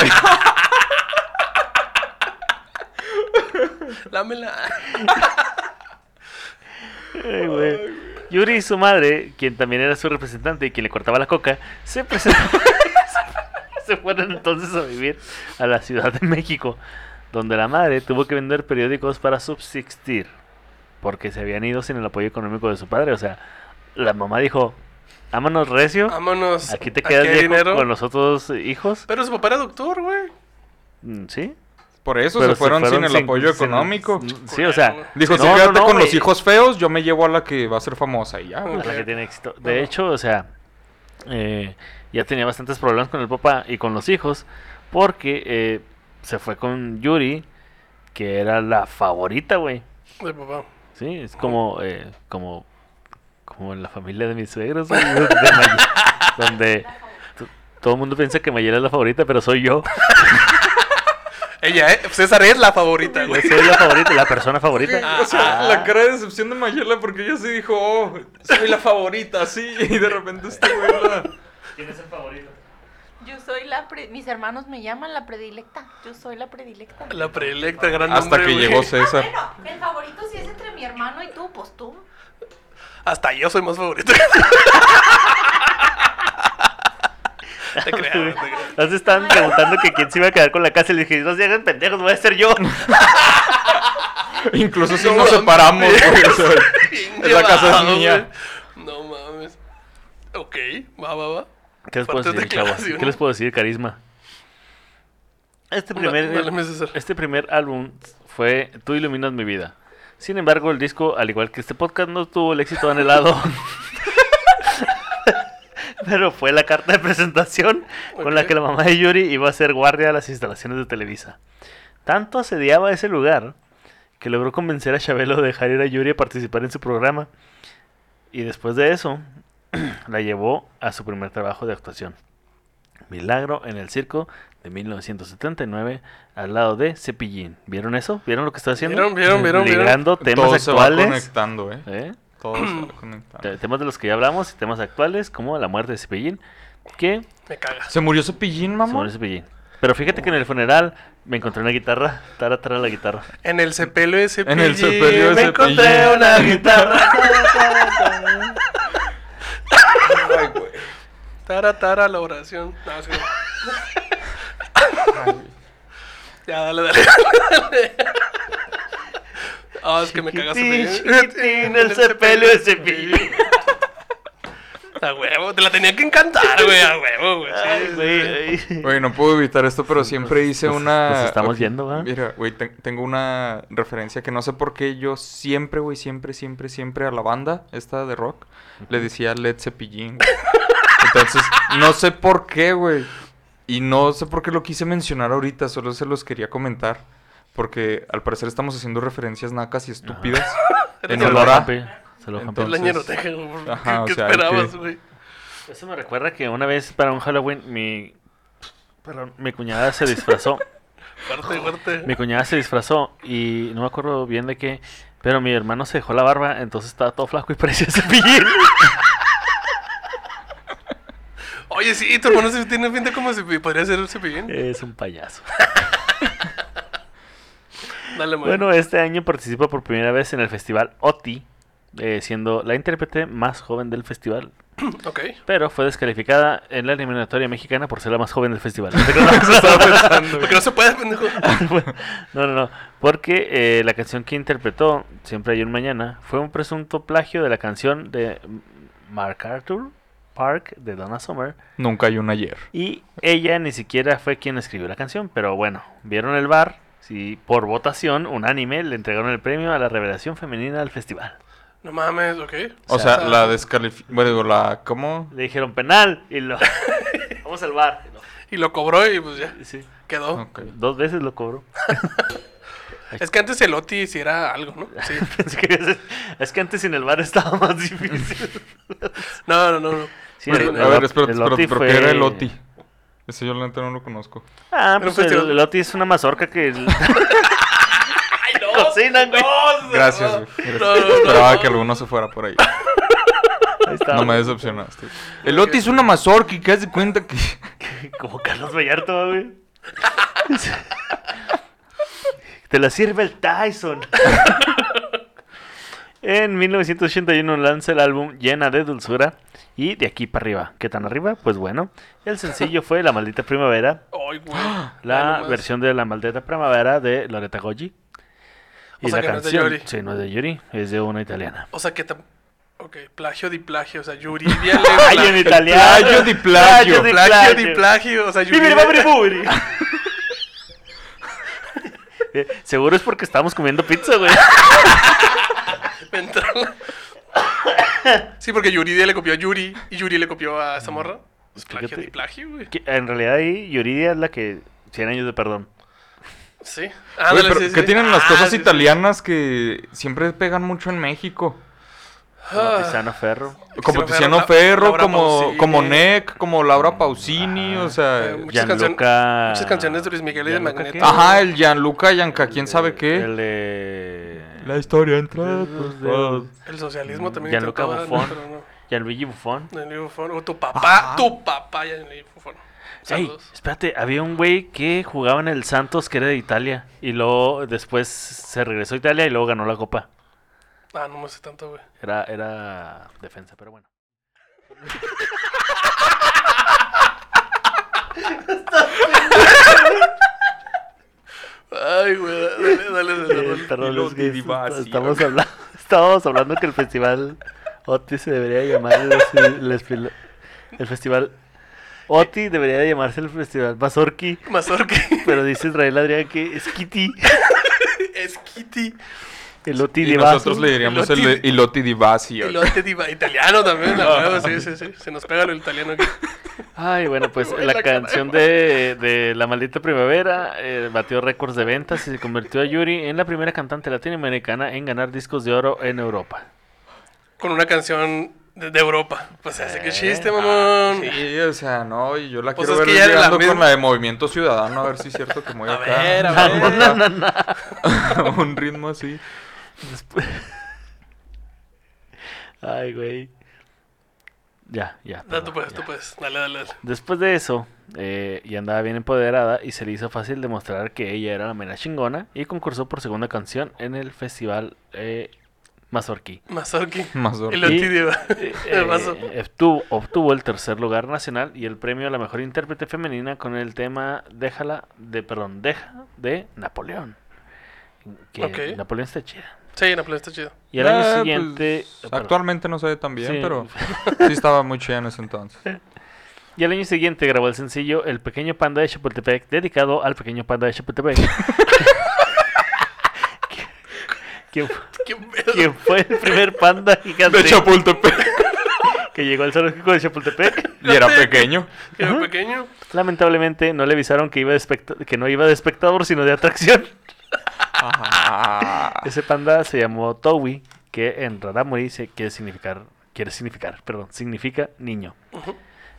Speaker 4: Lámela.
Speaker 5: Ay, güey. Yuri y su madre, quien también era su representante y quien le cortaba la coca, se presentó- [LAUGHS] se fueron entonces a vivir a la Ciudad de México, donde la madre tuvo que vender periódicos para subsistir, porque se habían ido sin el apoyo económico de su padre. O sea, la mamá dijo, ámanos recio,
Speaker 4: Vámonos.
Speaker 5: aquí te quedas
Speaker 4: hay
Speaker 5: viejo con los otros hijos.
Speaker 4: Pero su papá era doctor, güey.
Speaker 5: Mm, ¿Sí?
Speaker 6: Por eso
Speaker 5: Pero
Speaker 6: se, fueron sin el apoyo
Speaker 5: sin-
Speaker 6: económico.
Speaker 5: Sí, o sea...
Speaker 6: Dijo, si
Speaker 5: no, no,
Speaker 6: quédate
Speaker 5: no,
Speaker 6: con los
Speaker 5: güey.
Speaker 6: hijos feos, yo me llevo a la que va a ser famosa y ya, güey.
Speaker 5: Pues la
Speaker 4: Ok.
Speaker 5: que tiene éxito. De hecho, o sea, eh, ya tenía bastantes problemas con el papá y con los hijos, porque eh, se fue con Yuri, que era la favorita, güey.
Speaker 4: De papá.
Speaker 5: Sí, es como, eh, como, como en la familia de mis suegros, güey, [LAUGHS] de May- donde t- todo el mundo piensa que Mayela es la favorita, pero soy yo.
Speaker 4: Ella, eh. César es la favorita,
Speaker 5: Yo
Speaker 4: güey.
Speaker 5: soy la favorita, la persona favorita.
Speaker 6: O sea, la cara de decepción de Mayela porque ella se dijo, oh, soy la favorita, sí, y de repente este güey la-
Speaker 5: ¿Quién es el favorito?
Speaker 7: Yo soy la pre- mis hermanos me llaman la predilecta. Yo soy la predilecta.
Speaker 4: La predilecta, gran
Speaker 6: Hasta
Speaker 4: nombre,
Speaker 6: que
Speaker 4: güey.
Speaker 6: llegó César.
Speaker 7: Bueno, el favorito sí es entre mi hermano y tú, pues tú.
Speaker 4: Hasta yo soy
Speaker 5: [LAUGHS]
Speaker 4: más favorito. te creas, güey, te creas.
Speaker 5: Entonces estaban preguntando que quién se iba a quedar con la casa y le dije, no se hagan pendejos, voy a ser yo.
Speaker 6: Incluso si
Speaker 4: No
Speaker 6: nos
Speaker 4: mames.
Speaker 6: separamos, güey. o sea,
Speaker 4: Bien
Speaker 6: Esa casa es
Speaker 4: llevado,
Speaker 6: mía.
Speaker 4: güey. No mames. Ok, va, va, va.
Speaker 5: ¿Qué les puedo
Speaker 4: Fuertes
Speaker 5: decir, chavos?
Speaker 4: declaraciones.
Speaker 5: ¿Qué les puedo decir, carisma? Este primer,
Speaker 4: Dale, mi César.
Speaker 5: este primer álbum fue Tú iluminas mi vida. Sin embargo, el disco, al igual que este podcast, no tuvo el éxito anhelado. [LAUGHS] Pero fue la carta de presentación con la
Speaker 4: Ok.
Speaker 5: que la mamá de Yuri iba a ser guardia a las instalaciones de Televisa. Tanto asediaba ese lugar que logró convencer a Chabelo de dejar ir a Yuri a participar en su programa. Y después de eso, [CLEARS THROAT] la llevó a su primer trabajo de actuación. Milagro en el circo de 1979 al lado de Cepillín. ¿Vieron eso? ¿Vieron lo que está haciendo?
Speaker 4: Vieron, vieron, vieron, vieron.
Speaker 5: Ligando temas
Speaker 6: Todo se va
Speaker 5: actuales.
Speaker 6: conectando, eh.
Speaker 5: ¿eh?
Speaker 6: Todos se conectaron.
Speaker 5: Te- Temas de los que ya hablamos y temas actuales, como la muerte de Cepillín, que
Speaker 4: Me cagas.
Speaker 6: ¿Se murió Cepillín,
Speaker 5: se
Speaker 6: mamá?
Speaker 5: murió Cepillín. Pero fíjate que en el funeral me encontré una guitarra, tara, tara la guitarra.
Speaker 4: En el sepelio de Cepillín.
Speaker 6: En el sepelio
Speaker 4: [LAUGHS]
Speaker 6: de
Speaker 4: Me encontré
Speaker 6: Cepillín.
Speaker 5: [LAUGHS]
Speaker 4: una guitarra. Tara, tara, la oración. No, sí, no. ya, dale, dale. dale. Ah, es que me cagas.
Speaker 5: Chiquitín,
Speaker 4: Cepillín.
Speaker 5: chiquitín, el sepelio de Cepillín.
Speaker 4: A huevo, te la tenía que encantar, güey, a huevo, güey. Sí,
Speaker 5: Ay,
Speaker 4: sí,
Speaker 5: güey,
Speaker 4: sí.
Speaker 5: ay.
Speaker 6: Güey, no puedo evitar esto, pero siempre hice
Speaker 5: nos-
Speaker 6: una.
Speaker 5: nos pues, estamos
Speaker 6: ok,
Speaker 5: yendo, ¿va?
Speaker 6: Mira, güey, te- tengo una referencia que no sé por qué yo siempre, güey, siempre, siempre, siempre a la banda, esta de rock, le decía Led Cepillín. güey. Entonces, no sé por qué, güey. Y no sé por qué lo quise mencionar ahorita, solo se los quería comentar. Porque al parecer estamos haciendo referencias nacas y estúpidas. En
Speaker 5: Se lo
Speaker 6: honor a-
Speaker 5: rompí, se lo rompí.
Speaker 6: Entonces-
Speaker 4: Es la ñeroteca, güey. ¿Qué,
Speaker 6: Ajá, o
Speaker 4: qué
Speaker 6: sea, hay que-
Speaker 4: esperabas, güey?
Speaker 5: Eso me recuerda que una vez para un Halloween mi, perdón, mi cuñada se
Speaker 4: [LAUGHS]
Speaker 5: disfrazó.
Speaker 4: Fuerte, fuerte.
Speaker 5: mi cuñada se disfrazó y no me acuerdo bien de qué, pero mi hermano se dejó la barba, entonces estaba todo flaco y [LAUGHS] parecía cepillín.
Speaker 4: Oye, sí, tu hermano se tiene pinta como Cepillín. Podría ser el Cepillín.
Speaker 5: es un payaso.
Speaker 4: Dale, man.
Speaker 5: Bueno, este año participa por primera vez en el festival OTI, eh, siendo la intérprete más joven del festival,
Speaker 4: Ok.
Speaker 5: pero fue descalificada en la eliminatoria mexicana por ser la más joven del festival. [LAUGHS]
Speaker 4: Porque no se puede, pendejo.
Speaker 5: pues. no, no, no. Porque eh, la canción que interpretó, Siempre hay un mañana, fue un presunto plagio de la canción de Mark Arthur Park de Donna Summer.
Speaker 6: Nunca hay un ayer.
Speaker 5: Y ella ni siquiera fue quien escribió la canción, pero bueno, vieron el bar. Sí, por votación unánime le entregaron el premio a la revelación femenina del festival.
Speaker 4: No mames, ok.
Speaker 6: O sea, la descalificación. Bueno, digo, la. ¿Cómo?
Speaker 5: Le dijeron penal y lo. [LAUGHS] Vamos al bar. Y lo-
Speaker 4: Y lo cobró y pues ya,
Speaker 5: sí,
Speaker 4: quedó.
Speaker 6: Ok.
Speaker 5: Dos veces lo cobró.
Speaker 4: Es que antes el Oti sí era algo, ¿no?
Speaker 6: [LAUGHS]
Speaker 4: Sí.
Speaker 5: Pensé que ibas a- es que antes sin el bar estaba más difícil.
Speaker 4: No, no, no. no.
Speaker 5: Sí,
Speaker 6: Bueno,
Speaker 5: el-
Speaker 6: a
Speaker 5: el
Speaker 6: ver,
Speaker 5: Ot-
Speaker 6: espérate,
Speaker 5: el
Speaker 6: espérate,
Speaker 5: Oti
Speaker 6: pero ¿qué era el
Speaker 5: fue-
Speaker 6: Oti? Ese yo la neta no lo conozco.
Speaker 5: [LAUGHS] Ah,
Speaker 4: Era un
Speaker 5: pues el,
Speaker 4: festival.
Speaker 5: el Oti es una mazorca que [LAUGHS] el- cocinan, güey.
Speaker 6: Gracias, güey. Gracias.
Speaker 4: no, no,
Speaker 6: Esperaba
Speaker 4: no.
Speaker 6: que alguno se fuera por ahí.
Speaker 5: Ahí estaba,
Speaker 6: No me decepcionaste. El Oti es una mazorca y que haz de cuenta [LAUGHS] que.
Speaker 5: Como Carlos Vallarta, güey. [LAUGHS] Te la sirve el Tyson. [LAUGHS] En 1981 lanza el álbum Llena de Dulzura y de aquí para arriba. ¿Qué tan arriba? Pues bueno, el sencillo fue La Maldita Primavera,
Speaker 4: Ay, güey.
Speaker 6: ¡Ah!
Speaker 5: la
Speaker 4: Ay, no más.
Speaker 5: versión de La Maldita Primavera de Loretta Goggi.
Speaker 4: O sea que no es de Yuri.
Speaker 5: sí, no es de Yuri, es de una italiana.
Speaker 4: O sea, que tam... Ok, plagio di plagio. O sea,
Speaker 6: [LAUGHS]
Speaker 4: Yuridia le.
Speaker 5: Ay, en italiano.
Speaker 6: plagio di plagio.
Speaker 5: di
Speaker 4: Plagio di plagio. O sea,
Speaker 5: Bibiri, babiri,
Speaker 4: Yuridia.
Speaker 5: bubiri. Eh, [LAUGHS] Seguro es porque estamos comiendo pizza, güey.
Speaker 4: mental. [COUGHS] Sí, porque Yuridia le copió a Yuri y Yuri le copió
Speaker 6: Mm.
Speaker 4: a esa morra. Pues plagio
Speaker 5: Fíjate.
Speaker 4: di plagio, güey.
Speaker 5: Que En realidad ahí Yuridia es la que 100 años de perdón.
Speaker 4: Sí.
Speaker 6: Oye,
Speaker 4: Ándale,
Speaker 6: pero
Speaker 4: sí, sí,
Speaker 6: ¿Qué
Speaker 4: sí.
Speaker 6: tienen las
Speaker 4: Ah,
Speaker 6: cosas
Speaker 4: sí, sí.
Speaker 6: italianas que siempre pegan mucho en México?
Speaker 4: Ah.
Speaker 5: Como Tiziano Ferro.
Speaker 6: Como
Speaker 4: Tiziano
Speaker 6: Tiziano
Speaker 4: Ferro,
Speaker 6: Ferro,
Speaker 4: Laura
Speaker 6: como,
Speaker 4: Pausini.
Speaker 6: como Neck, como Laura Pausini, o
Speaker 4: Eh,
Speaker 6: sea.
Speaker 4: muchas, canciones,
Speaker 5: Gianluca...
Speaker 4: muchas canciones de Luis Miguel y de
Speaker 5: Gianluca,
Speaker 4: Magneto.
Speaker 5: ¿qué? Eh,
Speaker 6: Ajá, el Gianluca Yanca, Ah, quién sabe qué.
Speaker 5: El de...
Speaker 6: La historia entra.
Speaker 5: Los dedos.
Speaker 4: El
Speaker 6: Mm,
Speaker 4: socialismo también
Speaker 5: Gianluca
Speaker 4: intentaba, ¿no?
Speaker 5: Buffon.
Speaker 4: [LAUGHS] Pero no.
Speaker 5: Gianluigi Buffon.
Speaker 4: Gianluigi Buffon. O tu papá, tu papá Gianluigi Buffon.
Speaker 5: Ey,
Speaker 4: Saludos.
Speaker 5: espérate, había un güey que jugaba en el Santos que era de Italia. Y luego después se regresó a Italia y luego ganó la copa.
Speaker 4: Ah, no me sé tanto, güey.
Speaker 5: Era, era defensa, pero
Speaker 6: [LAUGHS]
Speaker 5: bueno.
Speaker 4: Ay, güey, dale, dale, dale. dale.
Speaker 5: Eh, Perdón,
Speaker 6: Hilo
Speaker 5: es que
Speaker 6: de
Speaker 5: est-
Speaker 6: vacío.
Speaker 5: estamos, hablando, [LAUGHS] estábamos hablando que el festival Oti se debería llamar el, el espi- el festival Oti debería llamarse el festival Mazorki,
Speaker 4: Mazorca
Speaker 5: pero dice Israel Adrián que es Kitty,
Speaker 4: [LAUGHS] es Kitty.
Speaker 5: el Oti
Speaker 6: Y
Speaker 5: de
Speaker 6: nosotros
Speaker 5: vaso.
Speaker 6: le diríamos el
Speaker 4: Elotti.
Speaker 6: de- Ilotti di Basio.
Speaker 4: Y lo hace diva- italiano también, la huevo, sí, sí, sí. Se nos pega lo italiano aquí.
Speaker 5: Ay, bueno,
Speaker 4: [LAUGHS]
Speaker 5: pues
Speaker 4: Güey,
Speaker 5: la
Speaker 4: la cara de
Speaker 5: canción de, de La Maldita Primavera eh, batió récords de ventas y se convirtió a Yuri en la primera cantante latinoamericana en ganar discos de oro en Europa.
Speaker 4: Con una canción de, de Europa. Pues hace que
Speaker 5: Eh,
Speaker 4: chiste, mamón.
Speaker 6: Sí, o sea, no, y yo la
Speaker 4: Pues
Speaker 6: quiero
Speaker 4: es
Speaker 6: ver
Speaker 4: que ya era la
Speaker 6: llegando con
Speaker 4: misma.
Speaker 6: la de Movimiento Ciudadano, a ver si es cierto que me voy
Speaker 4: A
Speaker 6: acá.
Speaker 4: ver,
Speaker 6: [LAUGHS]
Speaker 4: a
Speaker 6: Ah,
Speaker 4: ver.
Speaker 6: no, no, [LAUGHS] no. un ritmo así.
Speaker 5: [LAUGHS] Ay, güey. Ya, ya.
Speaker 4: No, tú
Speaker 5: perdón,
Speaker 4: puedes,
Speaker 5: ya.
Speaker 4: tú puedes. Dale, dale, dale.
Speaker 5: Después de eso, eh, y andaba bien empoderada y se le hizo fácil demostrar que ella era la mera chingona y concursó por segunda canción en el festival eh, Mazorquí.
Speaker 4: Mazorki.
Speaker 6: Más
Speaker 4: Y
Speaker 6: duro.
Speaker 4: lo
Speaker 5: Y-
Speaker 4: tidio.
Speaker 5: Eh,
Speaker 4: El mazo.
Speaker 5: obtuvo, obtuvo el tercer lugar nacional y el premio a la mejor intérprete femenina con el tema Déjala de, perdón, Deja de Napoleón. Que
Speaker 4: Ok.
Speaker 5: Napoleón está chida.
Speaker 4: [LAUGHS] Sí, Napoleón está chido.
Speaker 5: Y al año
Speaker 6: Eh,
Speaker 5: siguiente.
Speaker 6: pues,
Speaker 5: eh, perdón.
Speaker 6: actualmente no se ve tan bien,
Speaker 5: Sí. [LAUGHS]
Speaker 6: pero sí estaba muy chida en ese entonces.
Speaker 5: Y al año siguiente grabó el sencillo El Pequeño Panda de Chapultepec, dedicado al Pequeño Panda de Chapultepec. [LAUGHS] quien,
Speaker 4: ¿Qué pedo?
Speaker 5: quien fue el primer panda gigante [LAUGHS]
Speaker 6: Chapultepec.
Speaker 5: que llegó al zoológico de Chapultepec.
Speaker 6: Y era pequeño.
Speaker 4: ¿Qué era
Speaker 5: Ajá.
Speaker 4: pequeño?
Speaker 5: Lamentablemente no le avisaron que, iba de especta- que no iba de espectador, sino de atracción.
Speaker 6: Ah,
Speaker 5: Ese panda se llamó Towi, que en Radamuri se quiere significar, quiere significar, perdón, significa niño.
Speaker 4: Ujú.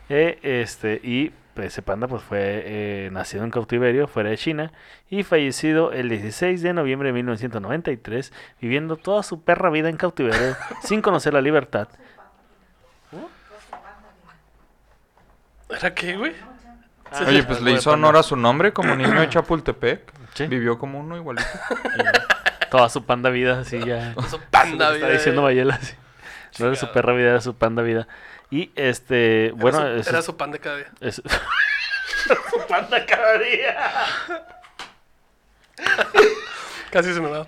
Speaker 5: Eh, este, y pues, ese panda pues fue eh, nacido en cautiverio fuera de China y fallecido el 16 de noviembre de 1993, viviendo toda su perra vida en cautiverio [LAUGHS] sin conocer la libertad.
Speaker 4: ¿Era qué, güey?
Speaker 5: Ah,
Speaker 6: Oye, pues le hizo honor a su nombre como niño de Chapultepec.
Speaker 5: Sí.
Speaker 6: Vivió como
Speaker 5: [LAUGHS]
Speaker 6: uno igualito.
Speaker 5: Toda su panda vida, así ya.
Speaker 4: Eso panda,
Speaker 5: Lo que
Speaker 4: vida.
Speaker 5: Está diciendo
Speaker 4: eh.
Speaker 5: Mayela, sí. No era su
Speaker 4: Chingado.
Speaker 5: perra vida, era su panda vida. Y este, bueno,
Speaker 4: era su,
Speaker 5: es-
Speaker 4: era su pan de cada día. [LAUGHS]
Speaker 5: es-
Speaker 4: Su panda cada día. Casi se me va.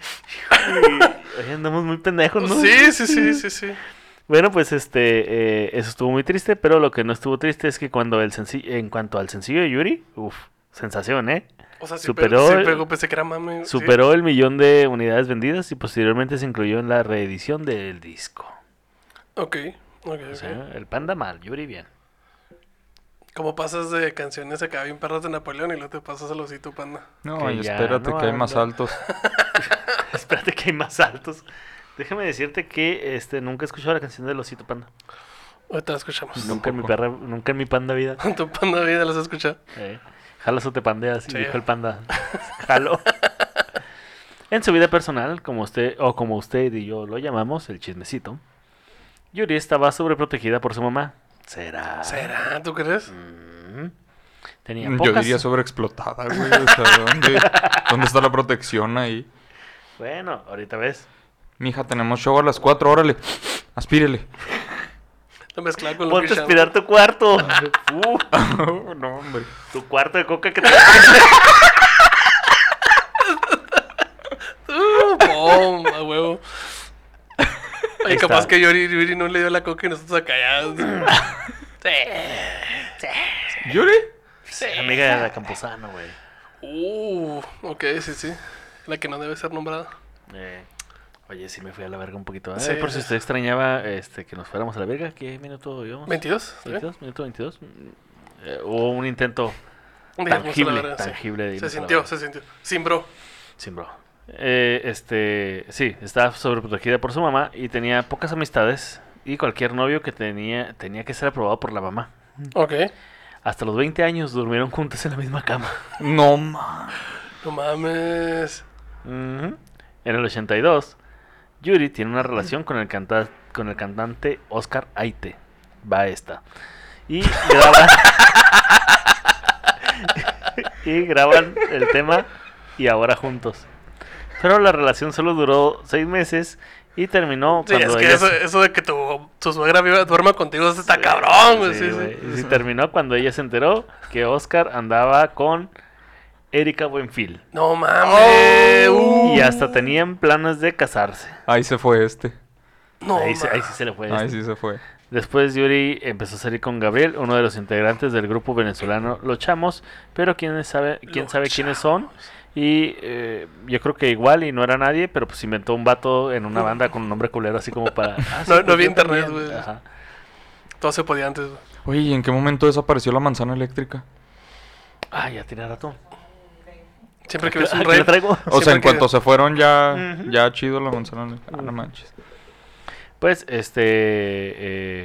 Speaker 5: Oye, andamos muy pendejos, [LAUGHS] ¿no?
Speaker 4: Sí, sí, sí, sí, sí.
Speaker 5: Bueno, pues este, eh, eso estuvo muy triste, pero lo que no estuvo triste es que cuando el sencillo, en cuanto al sencillo de Yuri, uff, sensación, ¿eh?
Speaker 4: O sea, sí
Speaker 5: Superó
Speaker 4: pegó, sí
Speaker 5: el-
Speaker 4: pegó, pensé que era mame. sí.
Speaker 5: Superó el millón de unidades vendidas y posteriormente se incluyó en la reedición del disco.
Speaker 4: Ok, ok,
Speaker 5: O
Speaker 4: ok.
Speaker 5: sea, el panda mal, Yuri bien.
Speaker 4: ¿Cómo pasas de canciones acá bien perras de Napoleón y luego te pasas al osito panda?
Speaker 6: No,
Speaker 5: Que
Speaker 6: y
Speaker 5: ya
Speaker 6: espérate
Speaker 5: no
Speaker 6: que hay más
Speaker 5: anda.
Speaker 6: altos.
Speaker 5: [LAUGHS] Espérate que hay más altos. Déjame decirte que este nunca he escuchado la canción del osito panda.
Speaker 4: Ahorita la escuchamos.
Speaker 5: Nunca en mi
Speaker 6: Tampoco.
Speaker 5: perra, nunca en mi panda vida.
Speaker 4: [LAUGHS] Tu panda vida las escucha.
Speaker 5: Eh, jalas o te pandeas, y
Speaker 4: Sí.
Speaker 5: dijo el panda. Jalo. en su vida personal, como usted, o como usted y yo lo llamamos, el chismecito, Yuri estaba sobreprotegida por su mamá. Será.
Speaker 4: ¿Será? ¿Tú crees?
Speaker 5: Mm. Tenía
Speaker 6: Yo
Speaker 5: pocas.
Speaker 6: diría sobreexplotada, güey. O sea, ¿dónde, dónde está la protección ahí?
Speaker 5: Bueno, ahorita ves.
Speaker 6: Mija, tenemos show a las 4, órale. Aspírele.
Speaker 4: Lo mezclaba con lo
Speaker 5: Ponte a
Speaker 4: que
Speaker 5: aspirar tu cuarto. Uh,
Speaker 6: no, hombre.
Speaker 5: tu cuarto de coca que te.
Speaker 4: ¡Uh! ¡Pum!
Speaker 5: [LAUGHS]
Speaker 4: A huevo. Oye,
Speaker 5: Ahí
Speaker 4: capaz
Speaker 5: está.
Speaker 4: que Yuri, Yuri no le dio la coca y nosotros acá
Speaker 5: [COUGHS]
Speaker 4: ya. sí.
Speaker 6: ¿Yuri?
Speaker 5: Amiga de la Camposano, güey.
Speaker 4: Uh, ok, sí, sí. La que no debe ser nombrada.
Speaker 5: Eh, Oye, sí me fui a la verga un poquito. Ay,
Speaker 4: Sí.
Speaker 5: por si usted extrañaba este, que nos fuéramos a la verga, ¿qué minuto íbamos?
Speaker 4: 22. ¿está bien?
Speaker 5: 22, minuto 22. Mm, eh, hubo un intento
Speaker 4: Digamos a la
Speaker 5: Tangible,
Speaker 4: verdad, sí.
Speaker 5: tangible de irnos a
Speaker 4: Se
Speaker 5: la
Speaker 4: sintió,
Speaker 5: verga.
Speaker 4: se sintió. Simbró.
Speaker 5: sin bro. Eh, este, sí, estaba sobreprotegida por su mamá y tenía pocas amistades y cualquier novio que tenía tenía que ser aprobado por la mamá.
Speaker 4: Ok.
Speaker 5: Hasta los 20 años durmieron juntas en la misma cama.
Speaker 6: No, ma.
Speaker 4: No mames.
Speaker 5: Ujú. En el 82, Yuri tiene una relación con el, canta- con el cantante Oscar Aite. Va esta. Y graban, [LAUGHS] y graban el tema y ahora juntos. Pero la relación solo duró seis meses y terminó
Speaker 4: Sí, es
Speaker 5: cuando
Speaker 4: que
Speaker 5: ella
Speaker 4: eso,
Speaker 5: se-
Speaker 4: eso de que tu, tu suegra viva, duerma contigo eso está cabrón, güey. Sí,
Speaker 5: Sí,
Speaker 4: sí.
Speaker 5: güey. Y sí terminó cuando ella se enteró que Oscar andaba con Erika Buenfil.
Speaker 4: No mames. uh,
Speaker 5: Oh. Y hasta tenían planes de casarse.
Speaker 6: Ahí se fue este.
Speaker 4: no
Speaker 5: ahí, se- ahí
Speaker 4: mames.
Speaker 5: sí se le fue.
Speaker 6: Ahí
Speaker 5: este.
Speaker 6: sí se fue.
Speaker 5: Después Yuri empezó a salir con Gabriel, uno de los integrantes del grupo venezolano Los Chamos, pero quién sabe, quién
Speaker 4: Los
Speaker 5: sabe quiénes son. Y eh, yo creo que igual y no era nadie, pero pues inventó un vato en una banda con un nombre culero así como
Speaker 4: [LAUGHS]
Speaker 5: para... Ah,
Speaker 4: No- no
Speaker 5: pues
Speaker 4: vi
Speaker 5: yo
Speaker 4: internet,
Speaker 5: también.
Speaker 4: güey.
Speaker 5: Ajá.
Speaker 4: Todo se podía antes, güey.
Speaker 6: Oye, ¿y en qué momento desapareció la manzana eléctrica?
Speaker 5: Ah, ya tiene rato.
Speaker 4: Siempre
Speaker 5: [LAUGHS]
Speaker 4: que ves un
Speaker 5: Aquí
Speaker 4: rey.
Speaker 5: la traigo.
Speaker 6: O sea, en
Speaker 4: Siempre que-
Speaker 6: cuanto se fueron ya,
Speaker 5: Ujú.
Speaker 6: ya chido la manzana eléctrica. Ah, no manches.
Speaker 5: Pues, este.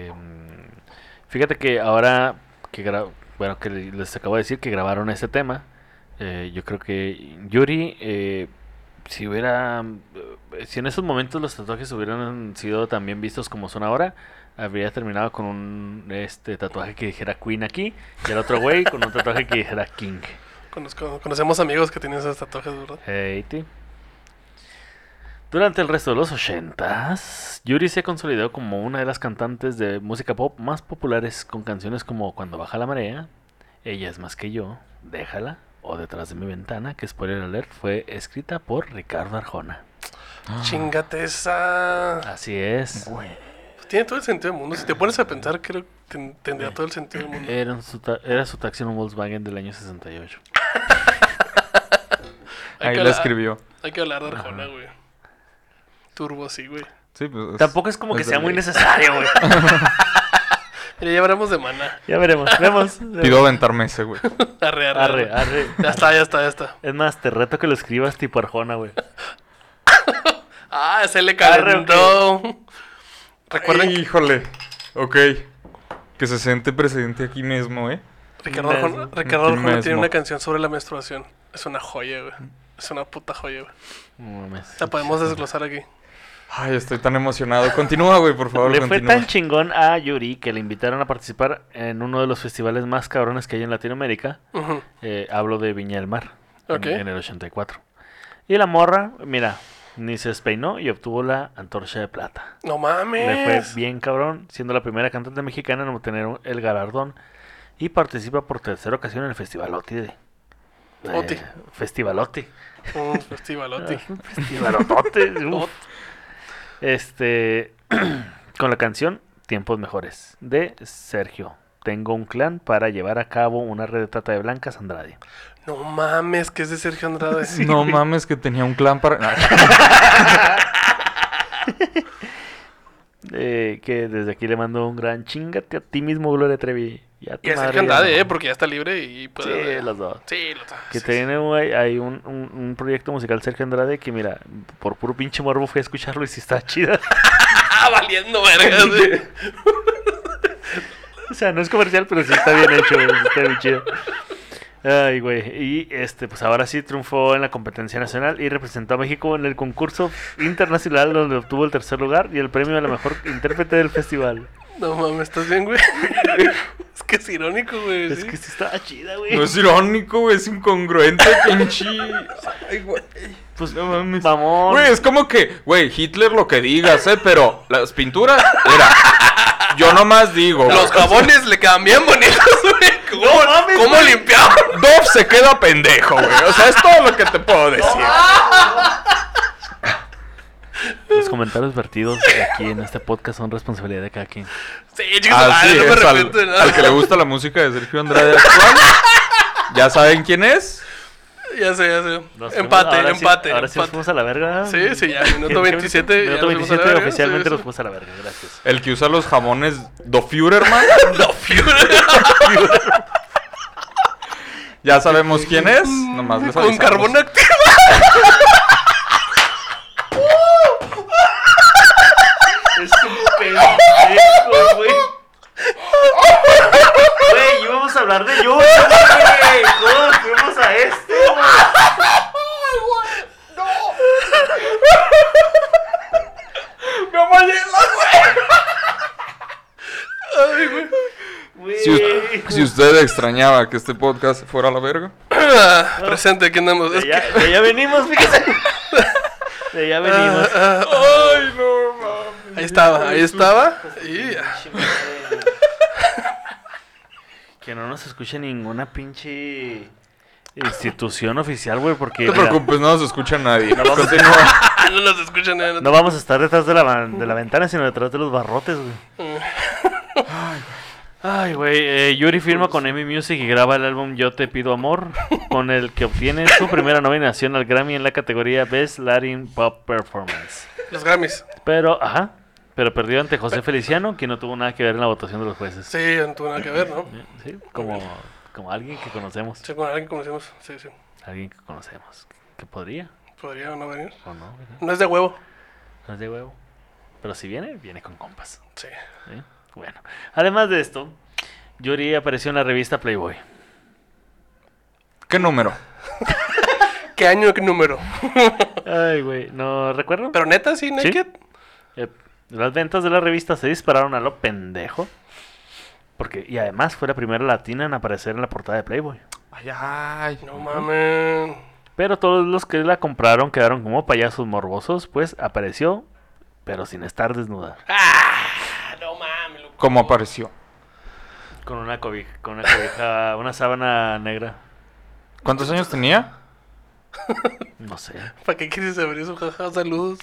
Speaker 5: eh, mm, fíjate que ahora que gra- bueno, que le- les acabo de decir que grabaron este tema. eh, yo creo que Yuri eh, si hubiera. eh, Si en esos momentos los tatuajes hubieran sido también vistos como son ahora, habría terminado con un este tatuaje que dijera Queen aquí y el otro güey con un tatuaje que dijera King.
Speaker 4: Conozco- conocemos amigos que tienen esos tatuajes, ¿verdad?
Speaker 5: Hey, ti. Durante el resto de los 80s, Yuri se consolidó como una de las cantantes de música pop más populares con canciones como Cuando baja la marea, Ella es más que yo, Déjala o Detrás de mi ventana, que spoiler alert fue escrita por Ricardo Arjona.
Speaker 6: Ah,
Speaker 4: Chingate esa. Pues
Speaker 5: Así es.
Speaker 4: Tiene todo el sentido del mundo. Si te pones a pensar, creo que ten- tendría todo el sentido del mundo.
Speaker 5: Era su, ta- era su taxi en un Volkswagen del año 68.
Speaker 4: Hay
Speaker 6: Ahí
Speaker 4: que
Speaker 6: la
Speaker 4: hablar-
Speaker 6: escribió.
Speaker 4: Hay que hablar de Arjona, güey. Turbo, sí, güey.
Speaker 6: Sí, pues, es-
Speaker 5: Tampoco es como que
Speaker 6: es de
Speaker 5: sea muy
Speaker 6: ley.
Speaker 5: necesario,
Speaker 6: [LAUGHS]
Speaker 5: güey.
Speaker 4: Mira, ya hablamos de mana.
Speaker 5: Ya veremos, vemos.
Speaker 6: Pido aventarme ese, güey.
Speaker 4: Arre, arre,
Speaker 5: Arre,
Speaker 4: arre.
Speaker 5: arre.
Speaker 4: Ya está, ya está, ya está.
Speaker 5: Es más, te reto que lo escribas tipo Arjona, güey.
Speaker 4: Ah, se le
Speaker 5: Arre,
Speaker 4: calentó. Recuerden,
Speaker 6: Híjole. Ok. Que se siente presidente aquí mismo, ¿eh?
Speaker 4: Ricardo
Speaker 5: Mesmo.
Speaker 4: Arjona, Ricardo Arjona tiene
Speaker 6: Mesmo.
Speaker 4: una canción sobre la menstruación. Es una joya, güey. Es una puta joya, güey.
Speaker 5: No mames.
Speaker 4: La podemos desglosar aquí.
Speaker 6: Ay, estoy tan emocionado. Continúa, güey, por favor,
Speaker 5: Le fue
Speaker 6: continúa.
Speaker 5: tan chingón a Yuri que le invitaron a participar en uno de los festivales más cabrones que hay en Latinoamérica.
Speaker 4: Ujú.
Speaker 5: Eh, hablo de Viña del Mar, en-
Speaker 4: Ok.
Speaker 5: en, el 84. Y la morra, mira, ni se despeinó y obtuvo la antorcha de plata.
Speaker 4: No
Speaker 5: Le fue
Speaker 4: mames.
Speaker 5: bien cabrón, siendo la primera cantante mexicana en obtener un- el galardón. Y participa por tercera ocasión en el Festivalotti. De,
Speaker 4: Oti.
Speaker 5: eh, Festivalotti.
Speaker 4: Un festivalote.
Speaker 5: Ah, Festivalotote,
Speaker 4: [LAUGHS]
Speaker 5: uf. Este. [CLEARS THROAT] con la canción Tiempos Mejores de Sergio. Tengo un clan para llevar a cabo una red de trata de blancas Andrade. [LAUGHS]
Speaker 4: No mames, que es de Sergio Andrade.
Speaker 6: No mames, que tenía un clan para.
Speaker 5: [LAUGHS]
Speaker 6: [LAUGHS]
Speaker 5: Eh, que desde aquí le mando un gran chingate a ti mismo, Gloria Trevi. Y a tu
Speaker 4: Y es
Speaker 5: madre,
Speaker 4: Sergio Andrade,
Speaker 5: ya
Speaker 4: eh,
Speaker 5: no.
Speaker 4: porque ya está libre y puede.
Speaker 5: Sí, los dos.
Speaker 4: Sí, los dos.
Speaker 5: Que
Speaker 4: Sí, sí.
Speaker 5: tiene güey, hay un, un- un proyecto musical Sergio Andrade que mira, por puro pinche morbo fui a escucharlo y si está [LAUGHS] chida.
Speaker 4: Ah, valiendo
Speaker 5: [LAUGHS]
Speaker 4: verga, sí.
Speaker 5: O sea, no es comercial, pero sí está bien hecho, güey, sí está bien chido. Ay, güey. Y este, pues ahora sí triunfó en la competencia nacional y representó a México en el concurso internacional donde obtuvo el tercer lugar y el premio a la mejor intérprete del festival.
Speaker 4: No mames, ¿estás
Speaker 5: [LAUGHS]
Speaker 4: bien, güey? es que es irónico, güey.
Speaker 5: Es
Speaker 4: sí.
Speaker 5: que sí estaba chida, güey.
Speaker 6: No es irónico, güey, es incongruente, pinche. Ay, güey.
Speaker 5: Pues,
Speaker 6: No mames.
Speaker 5: mamón.
Speaker 6: Güey, es como que, güey, Hitler lo que digas, ¿eh? Pero las pinturas, mira, yo nomás digo. güey.
Speaker 4: Los jabones le quedan bien bonitos, güey. ¿Cómo, cómo limpiaban?
Speaker 6: Dove se queda pendejo, güey. O sea, es todo lo que te puedo decir.
Speaker 5: Los comentarios vertidos aquí en este podcast son responsabilidad de cada quien.
Speaker 4: Sí, chicos,
Speaker 6: Así
Speaker 4: madre, no
Speaker 6: es,
Speaker 4: me
Speaker 6: al,
Speaker 4: arrepiento de nada.
Speaker 6: al que le gusta la música de Sergio Andrade actual, ya saben quién es.
Speaker 4: Ya sé, ya sé.
Speaker 5: Nos fuimos-
Speaker 4: empate,
Speaker 5: ahora sí-
Speaker 4: empate.
Speaker 5: ahora sí nos
Speaker 4: empate.
Speaker 5: fuimos a la verga.
Speaker 4: Sí,
Speaker 5: [LAUGHS]
Speaker 4: sí, ya, minuto
Speaker 5: ¿Qué- qué-
Speaker 4: 27, ya
Speaker 5: Minuto
Speaker 4: nos fuimos a la
Speaker 5: 27
Speaker 4: verga, sí,
Speaker 5: oficialmente
Speaker 4: sí.
Speaker 5: nos fuimos a la verga, gracias.
Speaker 6: El que usa los jamones Do Führerman.
Speaker 4: No, Fiore.
Speaker 6: Ya sabemos [LAUGHS] quién es. Nomás les
Speaker 4: Mm, Con
Speaker 6: avisamos.
Speaker 4: carbón activo.
Speaker 5: Es un pendejo, güey. Güey, íbamos a hablar de Yuri, güey. ¿Cómo nos fuimos a este, güey?
Speaker 6: Si, us- si usted extrañaba que este podcast fuera a la verga,
Speaker 4: Ah, Presente, aquí andamos. Es
Speaker 5: De
Speaker 4: que-
Speaker 5: allá, de allá venimos, fíjese. De allá venimos.
Speaker 4: Ahí estaba, ahí estaba. Y [LAUGHS] ya.
Speaker 5: [LAUGHS] Que no nos escuche ninguna pinche institución oficial, güey, porque
Speaker 6: no te
Speaker 5: mira,
Speaker 6: preocupes, no nos escucha nadie. Continúa.
Speaker 4: Ah, no nos escuchan. eh, no-
Speaker 5: no vamos a estar detrás de la, van- de la ventana, sino detrás de los barrotes, güey.
Speaker 6: Mm.
Speaker 5: Ay, güey. eh, Yuri firma
Speaker 6: Pues.
Speaker 5: con Emi Music y graba el álbum Yo Te Pido Amor, con el que obtiene su primera nominación al Grammy en la categoría Best Latin Pop Performance.
Speaker 4: Los Grammys.
Speaker 5: Pero, ajá, pero perdió ante José Feliciano, que no tuvo nada que ver en la votación de los jueces.
Speaker 4: Sí, no tuvo nada que ver, ¿no?
Speaker 5: Sí, como, como alguien que conocemos.
Speaker 4: Sí, con alguien que conocemos. Sí, sí.
Speaker 5: Alguien que conocemos. Que podría,
Speaker 4: Podría no venir.
Speaker 5: o no, güey,
Speaker 4: No es de huevo.
Speaker 5: no es de huevo. Pero si viene, viene con compas.
Speaker 4: Sí.
Speaker 5: ¿sí? Bueno, además de esto, Yuri apareció en la revista Playboy.
Speaker 6: ¿Qué número?
Speaker 4: qué año, qué número.
Speaker 5: Ay, güey, no recuerdo.
Speaker 4: Pero neta, sí, Naked.
Speaker 5: Eh, las ventas de la revista se dispararon a lo pendejo. Porque, y además fue la primera latina en aparecer en la portada de Playboy.
Speaker 6: Ay, ay.
Speaker 4: No mames.
Speaker 5: Pero todos los que la compraron quedaron como payasos morbosos, pues apareció, pero sin estar desnuda.
Speaker 4: Ah, no mames, loco.
Speaker 6: ¿Cómo apareció?
Speaker 5: Con una cobija, con una cobija, [LAUGHS] una sábana negra.
Speaker 6: ¿Cuántos años tenía?
Speaker 5: No sé.
Speaker 4: ¿Para qué quieres saber eso? Jaja, saludos.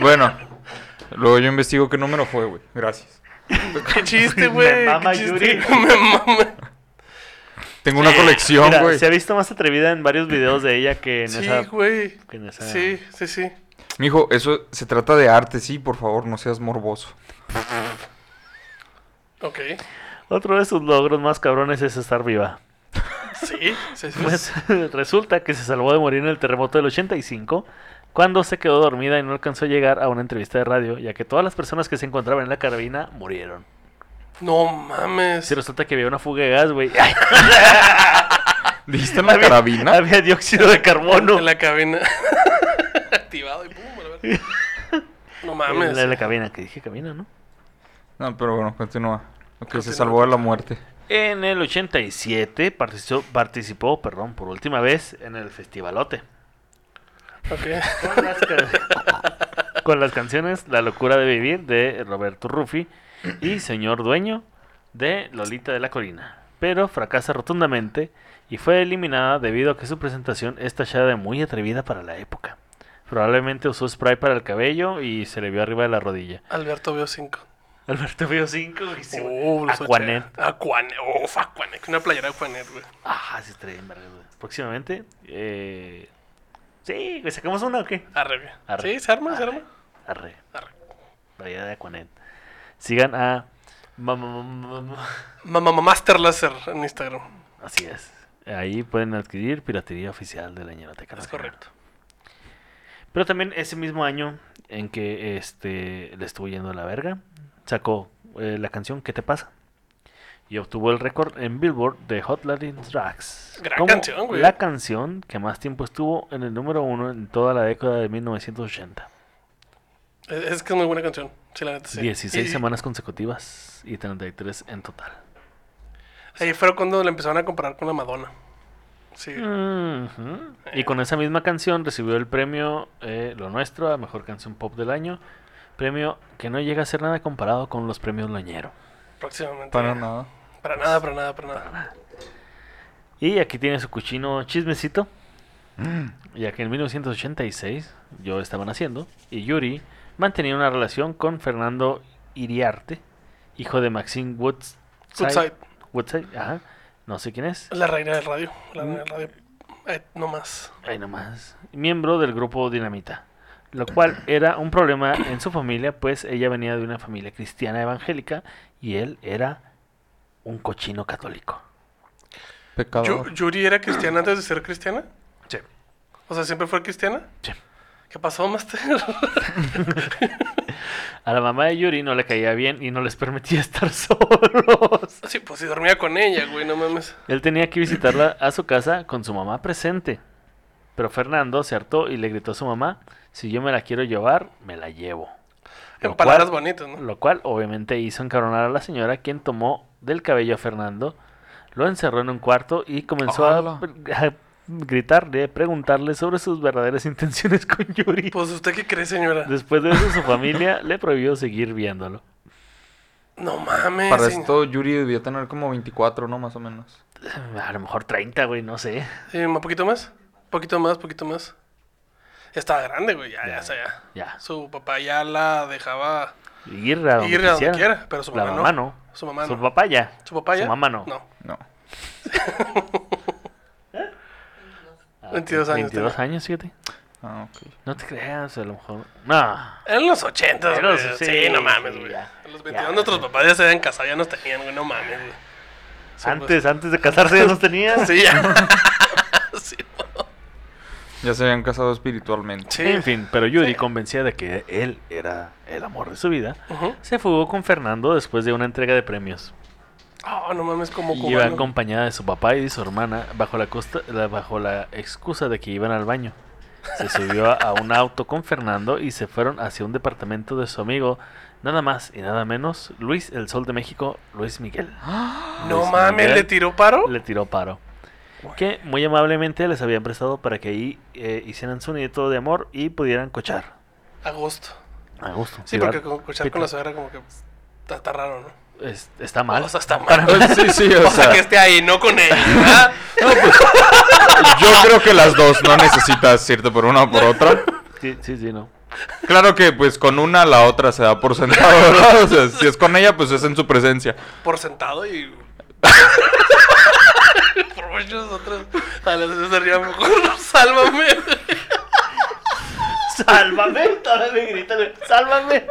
Speaker 6: Bueno, luego yo investigo qué número fue, güey. Gracias.
Speaker 4: Qué
Speaker 5: [LAUGHS]
Speaker 4: chiste,
Speaker 5: Me
Speaker 4: güey.
Speaker 5: mama
Speaker 4: qué chiste.
Speaker 5: Yuri.
Speaker 4: [LAUGHS] Me mama.
Speaker 6: Tengo una colección,
Speaker 5: Mira,
Speaker 6: güey.
Speaker 5: se ha visto más atrevida en varios videos de ella que en
Speaker 4: Sí,
Speaker 5: esa.
Speaker 4: güey.
Speaker 5: que en esa-
Speaker 4: Sí, sí, sí.
Speaker 6: Mijo, eso se trata de arte, sí, por favor, no seas morboso.
Speaker 4: Ok.
Speaker 5: Otro de sus logros más cabrones es estar viva.
Speaker 4: Sí, sí, sí.
Speaker 5: Pues [LAUGHS] resulta que se salvó de morir en el terremoto del 85 cuando se quedó dormida y no alcanzó a llegar a una entrevista de radio, ya que todas las personas que se encontraban en la carabina murieron.
Speaker 4: No mames.
Speaker 5: Si resulta que había una fuga de gas, güey. [LAUGHS] Ay,
Speaker 6: ¿Dijiste en la
Speaker 5: había-
Speaker 6: carabina?
Speaker 5: Había dióxido de carbono.
Speaker 4: En la cabina. [LAUGHS] Activado y pum, a la verga.
Speaker 5: [LAUGHS]
Speaker 4: No mames.
Speaker 5: En la, en la cabina, que dije cabina, ¿no?
Speaker 6: No, pero bueno, continúa. Ok, se
Speaker 4: Continúa.
Speaker 6: salvó de la muerte.
Speaker 5: En el 87 participó, participó, perdón, por última vez en el Festivalote.
Speaker 4: Ok.
Speaker 5: Con las, can- [LAUGHS] con las canciones La locura de vivir de Roberto Ruffi y Señor Dueño de Lolita de la Colina. Pero fracasa rotundamente y fue eliminada debido a que su presentación es tachada de muy atrevida para la época. Probablemente usó spray para el cabello y se le vio arriba de la rodilla. [LAUGHS]
Speaker 4: Alberto vio 5.
Speaker 5: Alberto vio 5 y se...
Speaker 4: Oh, los
Speaker 5: Aquanet.
Speaker 4: ochenta. Aquanet. Uf, Aquanet. Una playera de Aquanet, güey.
Speaker 5: Ah, se trae en vergas, güey. Próximamente. Eh... Sí, güey, ¿sacamos una o qué?
Speaker 4: Arre, güey.
Speaker 5: Arre.
Speaker 4: Sí, se arma, se
Speaker 5: Arre.
Speaker 4: arma.
Speaker 5: Arre.
Speaker 4: Arre.
Speaker 5: Bahía de Aquanet. Sigan a. ma- ma- ma- ma-
Speaker 4: Mamá Master Laser en Instagram.
Speaker 5: Así es. Ahí pueden adquirir piratería oficial de la Ñeroteca.
Speaker 4: Es
Speaker 5: Nacional.
Speaker 4: correcto.
Speaker 5: Pero también ese mismo año en que este le estuvo yendo a la verga, sacó eh, la canción ¿Qué te pasa? Y obtuvo el récord en Billboard de Hot Latin Tracks.
Speaker 4: Gran
Speaker 5: como
Speaker 4: canción, güey.
Speaker 5: La canción que más tiempo estuvo en el número uno en toda la década de 1980.
Speaker 4: Es, E, es que es muy buena canción. Sí, la neta, sí.
Speaker 5: 16
Speaker 4: Y-
Speaker 5: semanas consecutivas y 33 en total.
Speaker 4: Ahí fue cuando la empezaron a comparar con la Madonna. Sí.
Speaker 5: Ujú. Y con esa misma canción recibió el premio eh, Lo Nuestro a Mejor Canción Pop del Año. Premio que no llega a ser nada comparado con los premios Loñero.
Speaker 4: Próximamente.
Speaker 6: Para nada.
Speaker 4: Para nada, para nada, para nada.
Speaker 5: Y aquí tiene su cuchino chismecito. Ya que en 1986 yo estaba naciendo y Yuri mantenía una relación con Fernando Iriarte, hijo de Maxine Woods.
Speaker 4: Woodside.
Speaker 5: Woodside, ajá. No sé quién es.
Speaker 4: La reina del radio. La reina del radio. Eh, no más.
Speaker 5: Ahí nomás. Miembro del grupo Dinamita. Lo cual era un problema en su familia, pues ella venía de una familia cristiana evangélica y él era un cochino católico.
Speaker 4: Yu-
Speaker 6: Pecador.
Speaker 4: ¿Yuri era cristiana antes de ser cristiana?
Speaker 5: Sí.
Speaker 4: O sea, ¿siempre fue cristiana?
Speaker 5: Sí.
Speaker 4: ¿Qué pasó, Master? [LAUGHS]
Speaker 5: A la mamá de Yuri no le caía bien y no les permitía [LAUGHS] estar solos.
Speaker 4: sí, pues si dormía con ella, güey, no mames.
Speaker 5: Él tenía que visitarla a su casa con su mamá presente. Pero Fernando se hartó y le gritó a su mamá, si yo me la quiero llevar, me la llevo. Lo
Speaker 4: En palabras
Speaker 5: cual-
Speaker 4: bonitas, ¿no?
Speaker 5: Lo cual obviamente hizo encabronar a la señora, quien tomó del cabello a Fernando, lo encerró en un cuarto y comenzó a,
Speaker 6: ¡Hala!
Speaker 5: [LAUGHS] a gritarle, preguntarle sobre sus verdaderas intenciones con Yuri.
Speaker 4: Pues, ¿usted qué cree, señora?
Speaker 5: Después de eso,
Speaker 4: [LAUGHS]
Speaker 5: su familia le prohibió seguir viéndolo.
Speaker 4: No mames.
Speaker 6: Para
Speaker 4: señor.
Speaker 6: esto, Yuri debía tener como 24, ¿no? Más o menos.
Speaker 5: A lo mejor 30, güey, no sé.
Speaker 4: Sí, Eh, ¿Un poquito más? Poquito más, poquito más. Estaba grande, güey, ya, ya,
Speaker 5: Ya,
Speaker 4: o sea, ya.
Speaker 5: ya.
Speaker 4: Su papá ya la dejaba
Speaker 5: Ir a donde,
Speaker 4: ir a donde
Speaker 5: quisiera.
Speaker 4: quiera, pero su
Speaker 5: La
Speaker 4: mamá,
Speaker 5: mamá
Speaker 4: no.
Speaker 5: no.
Speaker 4: Su mamá
Speaker 5: Su
Speaker 4: no.
Speaker 5: papá ya.
Speaker 4: ¿Su papá ya?
Speaker 5: Su mamá no.
Speaker 4: No.
Speaker 6: No.
Speaker 4: 22
Speaker 5: 22
Speaker 4: años tenía.
Speaker 5: Ah, años, fíjate.
Speaker 6: Ah, ok.
Speaker 5: No te creas, a lo mejor. No.
Speaker 4: En los 80,
Speaker 5: En los-
Speaker 4: güey. Sí,
Speaker 5: sí,
Speaker 4: no mames,
Speaker 5: sí,
Speaker 4: güey.
Speaker 5: ya.
Speaker 4: A los
Speaker 5: Ya.
Speaker 4: 22 nuestros papás ya se habían casado, ya nos tenían, güey, no mames, güey. Sí,
Speaker 5: Antes, antes de casarse ya los tenía.
Speaker 4: [LAUGHS] pues,
Speaker 5: [LAUGHS]
Speaker 4: Sí, ya. sí, pues. no.
Speaker 6: Ya se habían casado espiritualmente.
Speaker 4: Sí.
Speaker 5: En fin, pero Yuri, convencida de que él era el amor de su vida,
Speaker 4: Ujú.
Speaker 5: se fugó con Fernando después de una entrega de premios.
Speaker 4: Ah, no mames, como
Speaker 5: Y Iba
Speaker 4: cubano.
Speaker 5: acompañada de su papá y de su hermana bajo la, costa- la- bajo la excusa de que iban al baño. Se subió a- a un auto con Fernando y se fueron hacia un departamento de su amigo, nada más y nada menos, Luis el Sol de México, Luis Miguel.
Speaker 4: [GASPS] No
Speaker 5: Luis
Speaker 4: mames,
Speaker 5: Miguel
Speaker 4: ¿le tiró paro?
Speaker 5: pues, Le tiró paro. Que muy amablemente les habían prestado para que ahí eh, hicieran su nieto de amor y pudieran cochar.
Speaker 4: Agosto.
Speaker 5: A gusto.
Speaker 4: Sí,
Speaker 5: Pilar,
Speaker 4: porque con, escuchar
Speaker 5: Pita.
Speaker 4: con la suegra como que está, está raro, ¿no?
Speaker 5: es- está mal.
Speaker 4: O
Speaker 5: [LAUGHS]
Speaker 4: sea, está mal.
Speaker 6: [LAUGHS] Sí, sí, [LAUGHS] o
Speaker 4: [LAUGHS] O sea,
Speaker 6: sea. pues,
Speaker 4: que esté ahí, no con ella, ¿verdad?
Speaker 6: Yo creo que las dos no necesitas irte por una o por otra.
Speaker 5: Sí, sí, sí, no.
Speaker 6: Claro que pues con una la otra se da por sentado, ¿verdad? O sea, si es con ella, pues es en su presencia.
Speaker 4: Por sentado y...
Speaker 5: [LAUGHS]
Speaker 4: Por muchos otros... A las veces sería mejor, [LAUGHS] sálvame.
Speaker 5: ¡Sálvame! Órale, grítale, ¡Sálvame!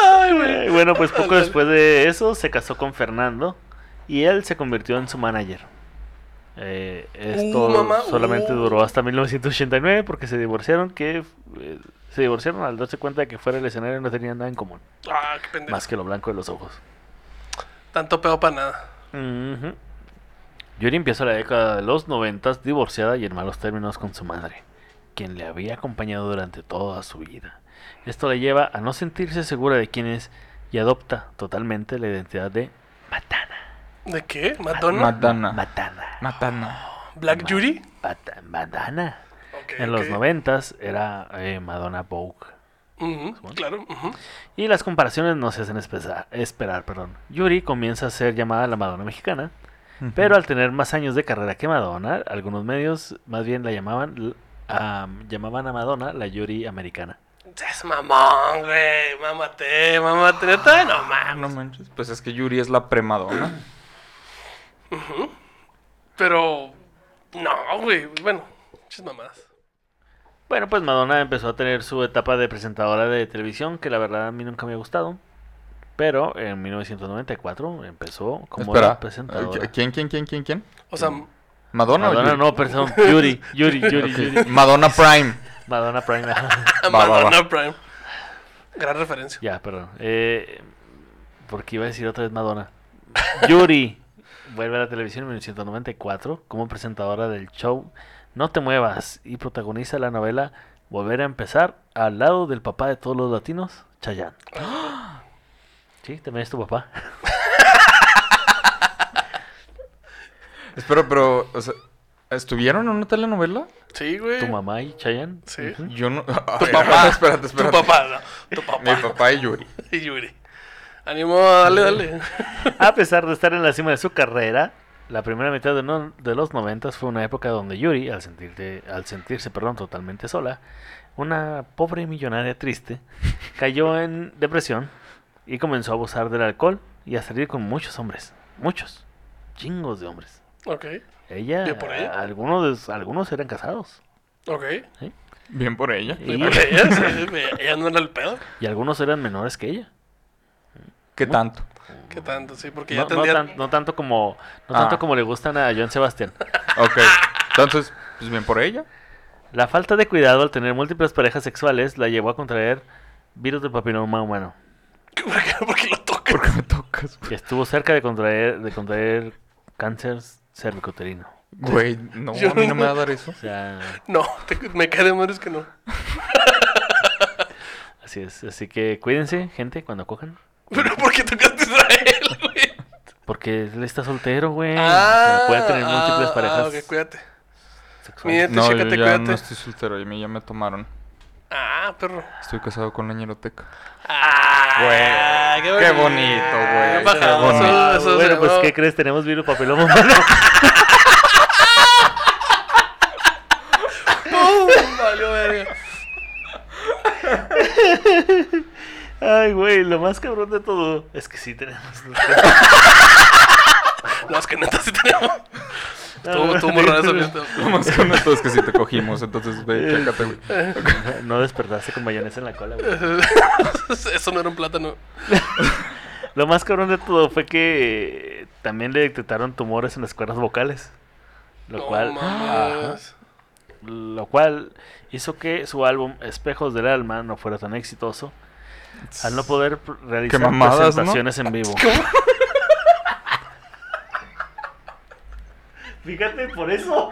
Speaker 5: Ay, güey. Eh, Bueno, pues poco después de eso se casó con Fernando y él se convirtió en su manager. Eh, esto
Speaker 4: Uh, mamá,
Speaker 5: solamente
Speaker 4: uh.
Speaker 5: duró hasta 1989 porque se divorciaron, que eh, se divorciaron al darse cuenta de que fuera el escenario no tenían nada en común,
Speaker 4: Ah, qué pendejo.
Speaker 5: más que lo blanco de los ojos.
Speaker 4: Tanto pedo para nada.
Speaker 5: Ujú. Yuri empieza la década de los noventas divorciada y en malos términos con su madre, quien le había acompañado durante toda su vida. Esto le lleva a no sentirse segura de quién es y adopta totalmente la identidad de Matana.
Speaker 4: ¿De qué? ¿Madonna?
Speaker 6: Matana.
Speaker 5: Matana.
Speaker 6: Matana.
Speaker 4: ¿Black Judy?
Speaker 5: Bata- Madonna.
Speaker 4: Ok,
Speaker 5: En los
Speaker 4: ok.
Speaker 5: noventas era eh, Madonna Vogue.
Speaker 4: Ujú, claro. ujú.
Speaker 5: Y las comparaciones no se hacen espesa- esperar. Perdón. Yuri comienza a ser llamada la Madonna mexicana, pero al tener más años de carrera que Madonna, algunos medios más bien la llamaban, l- am, llamaban a Madonna la Yuri americana.
Speaker 4: Es mamón, güey. Mámate, mámate. Neta, no
Speaker 6: Ah,
Speaker 4: mames.
Speaker 6: [LAUGHS] no manches. Pues es que Yuri es la premadona.
Speaker 4: Pero... No, güey. Bueno, muchas mamadas.
Speaker 5: Bueno, pues Madonna empezó a tener su etapa de presentadora de televisión, que la verdad a mí nunca me ha gustado. Pero en 1994 empezó como
Speaker 6: Espera. Eh,
Speaker 5: la presentadora.
Speaker 6: ¿Quién, quién, quién, quién, quién?
Speaker 4: O sea,
Speaker 5: Madonna,
Speaker 6: ¿Madonna, o Yuri?
Speaker 5: no, perdón, Yuri,
Speaker 6: [LAUGHS]
Speaker 5: Yuri, Yuri,
Speaker 6: Ok.
Speaker 5: Yuri. [LAUGHS]
Speaker 6: Madonna Prime.
Speaker 5: Madonna Prime.
Speaker 6: Va, va,
Speaker 4: Madonna
Speaker 6: va.
Speaker 4: Prime. Gran referencia.
Speaker 5: [LAUGHS] Ya, perdón. Eh, porque iba a decir otra vez Madonna. Yuri vuelve a la televisión en 1994 como presentadora del show No te muevas y protagoniza la novela Volver a empezar al lado del papá de todos los latinos, Chayanne. Sí, también es tu papá.
Speaker 6: Espero, pero, o sea, ¿estuvieron en una telenovela?
Speaker 4: Sí, güey.
Speaker 5: Tu mamá y Chayanne.
Speaker 4: Eh. Sí.
Speaker 5: Ujú.
Speaker 6: Yo no.
Speaker 4: Tu papá.
Speaker 6: [LAUGHS] Espérate, espérate.
Speaker 4: Tu papá, no. Tu papá.
Speaker 6: Mi papá y Yuri.
Speaker 4: Y Yuri. Ánimo, dale, dale.
Speaker 5: A pesar de estar en la cima de su carrera, la primera mitad de, no- de los noventas fue una época donde Yuri, al, sentirte- al sentirse perdón, totalmente sola, una pobre millonaria triste, cayó en depresión y comenzó a abusar del alcohol y a salir con muchos hombres. Muchos. Chingos de hombres.
Speaker 4: Ok,
Speaker 5: Ella,
Speaker 4: ¿Bien por ella?
Speaker 5: algunos, de- algunos eran casados.
Speaker 4: ok.
Speaker 6: Bien por ella.
Speaker 5: Y,
Speaker 4: Y porque ella, sí, ve- ella no era el pedo.
Speaker 5: y algunos eran menores que ella.
Speaker 6: ¿Qué tanto?
Speaker 4: ¿Qué tanto? Sí, porque
Speaker 5: No,
Speaker 4: ya
Speaker 5: no
Speaker 4: tendría.
Speaker 5: tan- no tanto como no
Speaker 6: Ah.
Speaker 5: tanto como le gustan a Joan Sebastián.
Speaker 6: Ok. Entonces, pues bien por ella.
Speaker 5: La falta de cuidado al tener múltiples parejas sexuales la llevó a contraer virus del papiloma humano,
Speaker 4: [LAUGHS] ¿Por qué? Porque lo toca.
Speaker 6: ¿Por [LAUGHS] qué me tocas,
Speaker 5: que estuvo cerca de contraer, de contraer cáncer cervicuterino.
Speaker 6: güey? Güey, no,
Speaker 4: Yo
Speaker 6: a
Speaker 4: no-
Speaker 6: mí no me va a dar eso.
Speaker 5: O sea,
Speaker 4: No, te- me cae de madres que no.
Speaker 5: así es. Así que cuídense, gente, cuando cojan.
Speaker 4: Pero ¿por qué tocaste a Israel,
Speaker 5: [LAUGHS]
Speaker 4: güey?
Speaker 5: Porque él está soltero, güey. O sea,
Speaker 4: Ah,
Speaker 5: puede Eh, tener múltiples
Speaker 4: ah,
Speaker 5: parejas
Speaker 4: Ah, ok, cuídate.
Speaker 5: sexuales.
Speaker 4: Mira. Vete,
Speaker 6: No, yo
Speaker 4: chécate,
Speaker 6: ya
Speaker 4: cuídate.
Speaker 6: no estoy soltero, a mí ya me tomaron.
Speaker 4: Ah, perro.
Speaker 6: Estoy casado con la ñeroteca.
Speaker 4: Ah,
Speaker 6: Güey, qué bonito, güey,
Speaker 4: Ah,
Speaker 6: qué
Speaker 4: bajamos,
Speaker 6: bonito.
Speaker 4: eso- eso
Speaker 5: bueno,
Speaker 4: se
Speaker 5: pues,
Speaker 4: llamó-
Speaker 5: ¿qué crees? Tenemos virus papiloma
Speaker 4: [LAUGHS]
Speaker 5: humano.
Speaker 4: [LAUGHS] ¡Pum! Uh, Valió verga.
Speaker 5: Ay, güey, lo más cabrón de todo es que sí tenemos.
Speaker 4: No, es que neta sí tenemos.
Speaker 5: Ah,
Speaker 4: Estuvo estuvo muy raro eso.
Speaker 5: [LAUGHS]
Speaker 4: neta.
Speaker 6: [LAUGHS] Lo más con esto es que sí te cogimos, entonces [LAUGHS] ve, chécate, güey.
Speaker 5: No despertaste con mayonesa en la cola, güey.
Speaker 4: [LAUGHS] Eso no era un plátano.
Speaker 5: Lo más cabrón de todo fue que eh, también le detectaron tumores en las cuerdas vocales. Lo
Speaker 4: No
Speaker 5: cual.
Speaker 4: mames.
Speaker 5: Ajá. lo cual hizo que su álbum Espejos del Alma no fuera tan exitoso. Al no poder pr- realizar
Speaker 6: mamadas, ¿no?
Speaker 5: presentaciones en vivo. Fíjate por eso.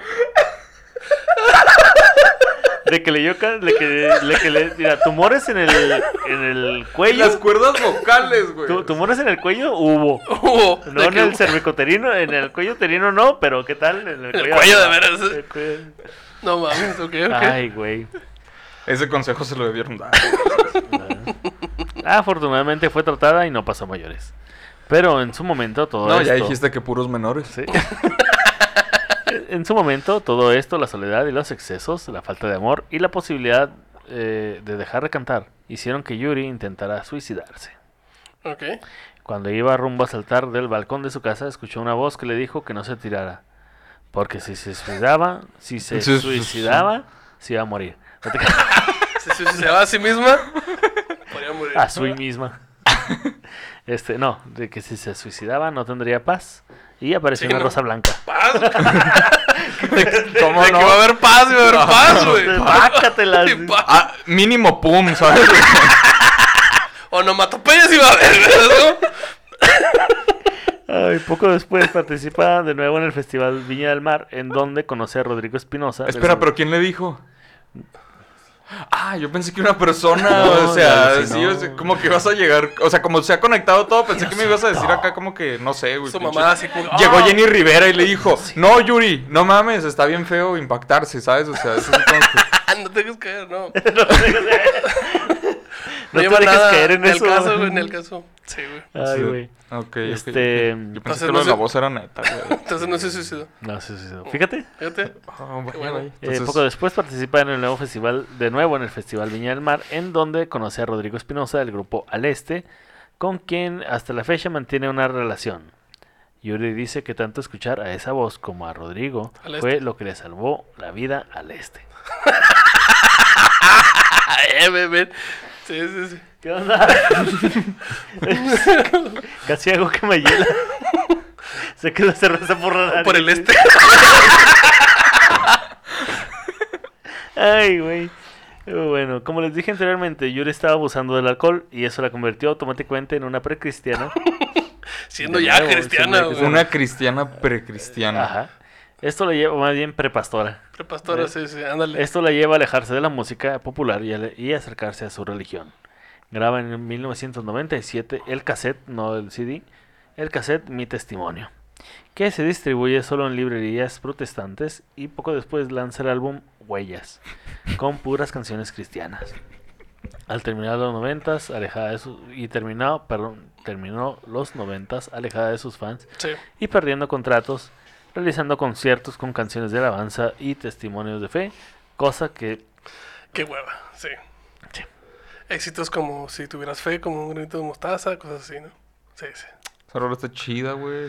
Speaker 5: De que le dio ca- de que, de que le, mira, tumores en el, en el
Speaker 6: Las
Speaker 5: cuello.
Speaker 6: cuerdas vocales, güey.
Speaker 5: Tu- tumores en el cuello hubo.
Speaker 4: Hubo.
Speaker 5: No
Speaker 4: Oh, de
Speaker 5: en
Speaker 4: que-
Speaker 5: el cervicoterino, en el cuello terino no, pero ¿qué tal? En el
Speaker 4: El cuello, de veras.
Speaker 5: El cuello.
Speaker 4: No mames, ok, ok.
Speaker 5: Ay, güey.
Speaker 6: Ese consejo se lo debieron dar.
Speaker 5: Ah, Afortunadamente fue tratada y no pasó a mayores. Pero en su momento todo
Speaker 6: No,
Speaker 5: esto.
Speaker 6: ya dijiste que puros menores.
Speaker 5: Sí. [LAUGHS] en su momento, todo esto, la soledad y los excesos, la falta de amor y la posibilidad eh, de dejar de cantar, hicieron que Yuri intentara suicidarse.
Speaker 4: Ok.
Speaker 5: Cuando iba rumbo a saltar del balcón de su casa, escuchó una voz que le dijo que no se tirara. Porque si se suicidaba, si se
Speaker 6: [LAUGHS] Sí, sí, sí.
Speaker 5: suicidaba, se iba a morir. No te creas.
Speaker 4: Si se suicidaba a sí misma, podría morir.
Speaker 5: A su misma. [LAUGHS] Este, no, de que si se suicidaba no tendría paz. Y apareció
Speaker 4: Sí,
Speaker 5: una
Speaker 4: no.
Speaker 5: rosa
Speaker 4: [LAUGHS]
Speaker 5: blanca.
Speaker 4: Paz.
Speaker 6: ¿Cómo
Speaker 4: De
Speaker 6: no?
Speaker 4: que va a haber paz, va a
Speaker 5: Ah,
Speaker 4: haber paz, güey.
Speaker 5: Pácatelas.
Speaker 4: Y paz.
Speaker 6: Ah, mínimo pum, ¿sabes?
Speaker 4: Onomatopeyas iba a haber, ¿verdad?
Speaker 5: Ay, poco después participa de nuevo en el Festival Viña del Mar, en donde conoce a Rodrigo Espinosa.
Speaker 6: Espera, pero ¿quién le dijo? Ah, yo pensé que una persona,
Speaker 5: No,
Speaker 6: o sea,
Speaker 5: ya
Speaker 6: sí,
Speaker 5: alucinó.
Speaker 6: o sea, como que ibas a llegar, o sea, como se ha conectado todo, pensé que me ibas a decir acá como que, no sé, güey.
Speaker 4: Su
Speaker 6: pinche-
Speaker 4: mamá así como.
Speaker 6: Llegó
Speaker 4: "Ah".
Speaker 6: Jenny Rivera y le dijo, no, Yuri, no mames, está bien feo impactarse, ¿sabes? O sea, eso es como que-
Speaker 4: Ah, no te dejes
Speaker 5: [LAUGHS]
Speaker 4: caer, no.
Speaker 5: No te
Speaker 4: lleva
Speaker 5: dejes
Speaker 4: nada
Speaker 5: caer en
Speaker 4: el
Speaker 5: eso.
Speaker 4: caso, güey, en el caso. Sí, güey.
Speaker 5: [LAUGHS] Ay, güey.
Speaker 6: Ok, ok,
Speaker 5: Este,
Speaker 6: ok. Yo
Speaker 4: entonces
Speaker 6: pensé
Speaker 4: no
Speaker 6: que lo de
Speaker 4: se-
Speaker 6: la voz era neta,
Speaker 4: [LAUGHS]
Speaker 6: güey.
Speaker 4: Entonces no se suicidó.
Speaker 5: No, sí, sí, sí. Fíjate. eh,
Speaker 4: Fíjate. [LAUGHS]
Speaker 6: Ah, bueno,
Speaker 4: Bueno.
Speaker 6: güey. Entonces,
Speaker 5: poco después participa en el nuevo festival, de nuevo en el Festival Viña del Mar, en donde conoce a Rodrigo Espinosa del grupo Al Este, con quien hasta la fecha mantiene una relación. Yuri dice que tanto escuchar a esa voz como a Rodrigo
Speaker 4: Al Este.
Speaker 5: fue lo que le salvó la vida al Este.
Speaker 4: Ah, eh, ven, ven. Sí, sí, sí.
Speaker 5: ¿Qué onda? [LAUGHS] Casi hago que me hiela. [LAUGHS] Se quedó cerveza por la nariz.
Speaker 4: Por el este. [LAUGHS]
Speaker 5: Ay, güey. Bueno, como les dije anteriormente, Yuri estaba abusando del alcohol y eso la convirtió automáticamente en una precristiana.
Speaker 4: Siendo
Speaker 5: De
Speaker 4: ya
Speaker 5: nuevo,
Speaker 4: cristiana,
Speaker 5: siendo ya
Speaker 4: güey.
Speaker 6: Una cristiana precristiana.
Speaker 5: Ajá. Esto la lleva, más bien prepastora.
Speaker 4: Prepastora, sí, sí, ándale.
Speaker 5: Esto la lleva a alejarse de la música popular y, ale- y acercarse a su religión. Graba en 1997 el cassette, no el CD, el cassette Mi Testimonio, que se distribuye solo en librerías protestantes y poco después lanza el álbum Huellas, con puras canciones cristianas. Al terminar los noventas, alejada de sus... y terminado, perdón, terminó los noventas alejada de sus fans
Speaker 4: Sí.
Speaker 5: y perdiendo contratos, realizando conciertos con canciones de alabanza y testimonios de fe, cosa que
Speaker 4: Qué hueva, sí.
Speaker 5: Sí.
Speaker 4: Éxitos como si tuvieras fe, como un granito de mostaza, cosas así, ¿no? Sí, sí.
Speaker 6: Esa rola está chida, güey.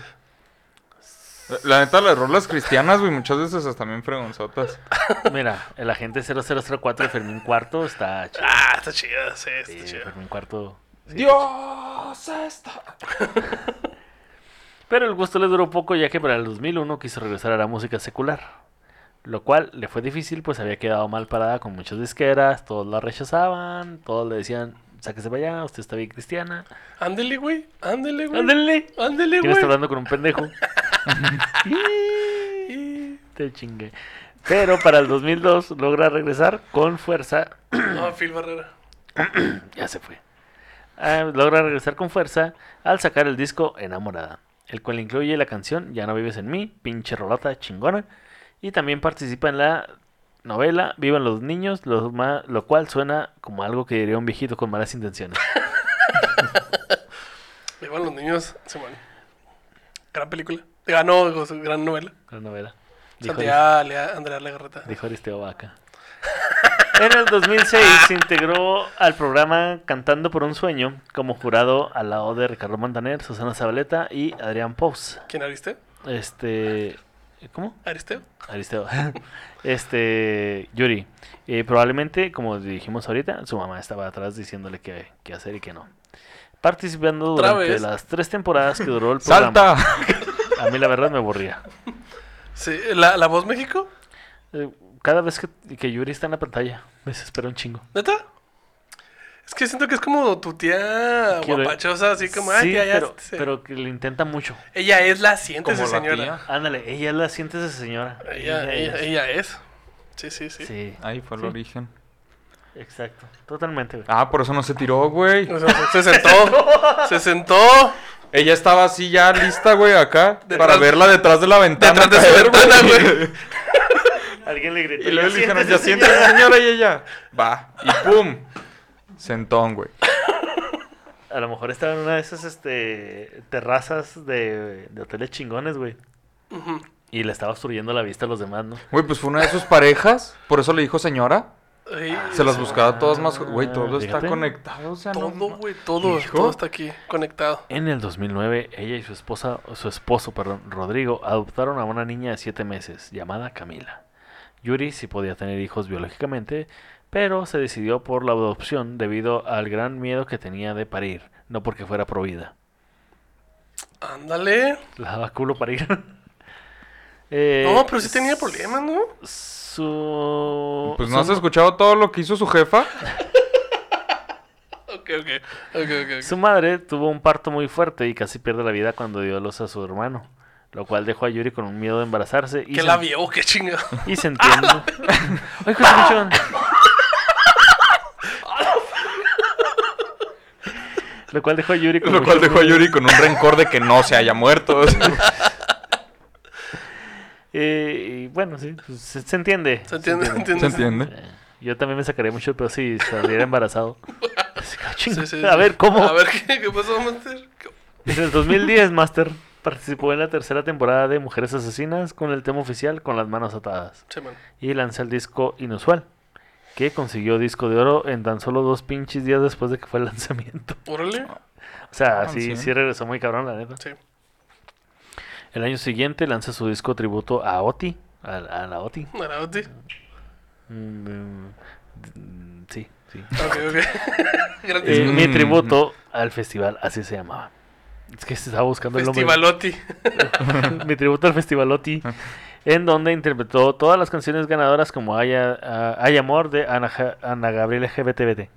Speaker 6: La- La neta, las rolas cristianas, güey, muchas veces hasta bien fregonzotas.
Speaker 5: Mira, el agente 0004 de Fermín Cuarto está chido.
Speaker 4: Ah, está chida, sí, está
Speaker 5: eh,
Speaker 4: chida.
Speaker 5: Fermín Cuarto.
Speaker 6: Dios está.
Speaker 5: [LAUGHS] Pero el gusto le duró poco ya que para el 2001 quiso regresar a la música secular. Lo cual le fue difícil pues había quedado mal parada con muchas disqueras, todos la rechazaban, todos le decían, sáquese para allá, usted está bien cristiana.
Speaker 4: Ándale, güey. Ándele, güey.
Speaker 5: ¡Ándale!
Speaker 4: Ándale,
Speaker 5: ¿Quién está
Speaker 4: güey.
Speaker 5: hablando con un pendejo?
Speaker 4: Y-
Speaker 5: Te chingué. Pero para el 2002 logra regresar con fuerza.
Speaker 4: No, Phil Barrera.
Speaker 5: Ya se fue. Ah, logra regresar con fuerza al sacar el disco Enamorada, el cual incluye la canción Ya no vives en mí, pinche rolota chingona. Y también participa en la novela Vivan los niños, los ma- lo cual suena como algo que diría un viejito con malas intenciones.
Speaker 4: Le van los niños, Simón. Gran película. Diga, no, digo, su gran novela.
Speaker 5: La novela. Dijo
Speaker 4: Santiago Lea- Andrea Legarreta.
Speaker 5: Dijo Aristeo Vaca. En el 2006 se integró al programa Cantando por un Sueño como jurado al lado de Ricardo Montaner, Susana Zabaleta y Adrián Pous.
Speaker 4: ¿Quién ariste?
Speaker 5: Este. ¿Cómo?
Speaker 4: ¿Aristeo?
Speaker 5: Aristeo. [LAUGHS] Este. Yuri. Eh, probablemente, como dijimos ahorita, su mamá estaba atrás diciéndole qué, qué hacer y qué no. Participando
Speaker 4: ¿Otra
Speaker 5: durante
Speaker 4: vez?
Speaker 5: las tres temporadas que
Speaker 4: [LAUGHS]
Speaker 5: duró el programa.
Speaker 6: ¡Salta!
Speaker 5: A mí la verdad me aburría.
Speaker 4: Sí, ¿la, la voz México?
Speaker 5: Eh, cada vez que, que Yuri está en la pantalla, me desespera un chingo.
Speaker 4: ¿Neta? Es que siento que es como tu tía
Speaker 5: Quiero-
Speaker 4: guapachosa, así como, ay,
Speaker 5: Sí,
Speaker 4: tía, ya
Speaker 5: pero,
Speaker 4: se-
Speaker 5: pero que le intenta mucho.
Speaker 4: Ella es la
Speaker 6: Como
Speaker 4: siéntese,
Speaker 6: la
Speaker 4: señora.
Speaker 5: Ándale, ella la siente esa señora.
Speaker 4: Ella, ella,
Speaker 5: es.
Speaker 4: ella es. Sí, sí, sí.
Speaker 5: Sí,
Speaker 6: Ahí fue el
Speaker 5: Sí.
Speaker 6: origen.
Speaker 5: exacto. Totalmente, güey.
Speaker 6: Ah, por eso no se tiró, güey.
Speaker 4: O sea, se sentó. se sentó
Speaker 6: Ella estaba así ya lista, güey, acá.
Speaker 4: Detrás-
Speaker 6: para verla detrás de la ventana.
Speaker 4: detrás de su
Speaker 6: caer,
Speaker 4: ventana, güey.
Speaker 5: Alguien le gritó.
Speaker 6: Y luego
Speaker 5: "Ya
Speaker 6: le dijeron,
Speaker 5: siéntese,
Speaker 6: ya
Speaker 5: señora".
Speaker 6: siente señora y ella. Va. Y pum. Sentón, güey.
Speaker 5: A lo mejor estaba en una de esas este, terrazas de, de hoteles chingones, güey.
Speaker 4: Ujú.
Speaker 5: Y le estaba obstruyendo la vista a los demás, ¿no?
Speaker 6: Güey, pues fue una de sus parejas. Por eso le dijo señora.
Speaker 4: Sí,
Speaker 6: Se las
Speaker 4: sí.
Speaker 6: buscaba todas más. Güey, todo
Speaker 5: Fíjate.
Speaker 6: está conectado. O sea, no-
Speaker 4: Todo,
Speaker 6: no.
Speaker 4: güey, todo.
Speaker 6: Hijo.
Speaker 4: Todo está aquí conectado.
Speaker 5: En el 2009, ella y su esposa, su esposo, perdón, Rodrigo, adoptaron a una niña de 7 meses llamada Camila. Yuri sí podía tener hijos biológicamente, pero se decidió por la adopción debido al gran miedo que tenía de parir, no porque fuera provida.
Speaker 4: Ándale.
Speaker 5: La daba culo parir. [LAUGHS] Eh,
Speaker 4: No, pero sí tenía problemas, ¿no?
Speaker 5: Su...
Speaker 6: Pues
Speaker 5: su-
Speaker 6: no has escuchado todo lo que hizo su jefa.
Speaker 4: Ok, ok. Ok, ok. ok.
Speaker 5: Su madre tuvo un parto muy fuerte y casi pierde la vida cuando dio a luz a su hermano, lo cual dejó a Yuri con un miedo de embarazarse y,
Speaker 4: Que
Speaker 5: se-
Speaker 4: la vio, qué chingado.
Speaker 5: [LAUGHS] y se entiende. Ay, hijo de su chingada. Lo cual dejó a Yuri con
Speaker 6: Lo
Speaker 5: un
Speaker 6: cual dejó a
Speaker 5: miedo-
Speaker 6: Yuri con un rencor de que no se haya
Speaker 4: [LAUGHS]
Speaker 6: muerto. [LAUGHS] o sea.
Speaker 5: Eh, y bueno, sí, pues, se, se entiende. Eh,
Speaker 4: ¿Se entiende? ¿Se
Speaker 6: ¿Se
Speaker 4: entiende?
Speaker 6: entiende?
Speaker 5: Yo también me sacaría mucho pero si saliera embarazado. Así como, "Chinga,
Speaker 4: Sí, sí,
Speaker 5: a
Speaker 4: sí.
Speaker 5: ver, ¿cómo?
Speaker 4: A ver, ¿qué, qué pasó, Master?
Speaker 5: Desde el 2010, Master participó en la tercera temporada de Mujeres Asesinas con el tema oficial Con las manos atadas
Speaker 4: Sí, man.
Speaker 5: y lanzó el disco Inusual, que consiguió disco de oro en tan solo dos pinches días después de que fue el lanzamiento.
Speaker 4: Órale.
Speaker 5: O sea,
Speaker 6: Ah,
Speaker 5: sí,
Speaker 6: sí.
Speaker 5: sí regresó muy cabrón, la neta.
Speaker 4: Sí.
Speaker 5: El año siguiente lanza su disco tributo a Oti, a, a la Oti.
Speaker 4: Marauti.
Speaker 5: Mm, mm, mm, sí, sí.
Speaker 4: Ok, [LAUGHS] ok. Gran
Speaker 5: Eh,
Speaker 4: disco.
Speaker 5: mi
Speaker 6: Mm.
Speaker 5: tributo al festival, así se llamaba. Es que se estaba buscando el nombre.
Speaker 4: Festivalotti.
Speaker 5: [LAUGHS] mi tributo al Festivalotti, en donde interpretó todas las canciones ganadoras como Hay, ah, Hay Amor de Ana, Ja- Ana Gabriel GBTBT.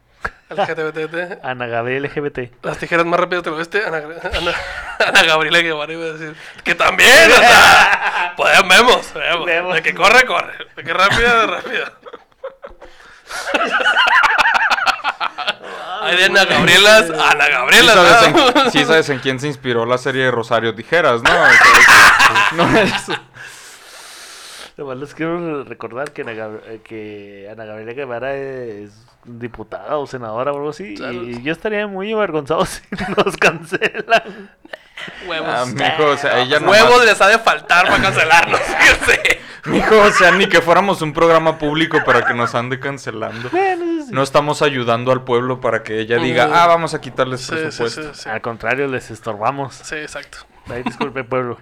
Speaker 4: Aléjate, vete, vete.
Speaker 5: Ana Gabriel LGBT.
Speaker 4: Las tijeras más rápidas te lo viste. Ana, [LAUGHS] Ana, Ana Gabriela Guevara iba a decir. Que también, o sea, Podemos, vemos, vemos.
Speaker 5: Vemos.
Speaker 4: De que corre, corre. De que rápida, rápida. Hay de Ana Gabrielas, Ana
Speaker 6: Sí
Speaker 4: Gabriela.
Speaker 6: sabes, en, sí sabes en quién se inspiró la serie de Rosario
Speaker 4: [LAUGHS]
Speaker 6: Tijeras, ¿no? O sea, no es-
Speaker 5: Además, les quiero recordar que Ana, Gab- eh, que Ana Gabriela Guevara es diputada o senadora o algo así.
Speaker 4: Salud.
Speaker 5: Y yo estaría muy avergonzado [LAUGHS] si nos cancelan.
Speaker 6: Ah,
Speaker 4: Huevos.
Speaker 6: mijo, o
Speaker 4: [LAUGHS]
Speaker 6: sea, ella nomás-
Speaker 4: Huevos les ha de faltar para cancelarnos. fíjense.
Speaker 6: Mijo, o sea, ni que fuéramos un programa público para que nos ande cancelando. No estamos ayudando al pueblo para que ella diga,
Speaker 4: Pues Mm.
Speaker 6: ah, vamos a quitarles
Speaker 4: Sí, sí,
Speaker 6: presupuesto.
Speaker 4: sí, sí.
Speaker 5: Al contrario, les estorbamos.
Speaker 4: Sí, exacto.
Speaker 5: Ay, disculpe, pueblo.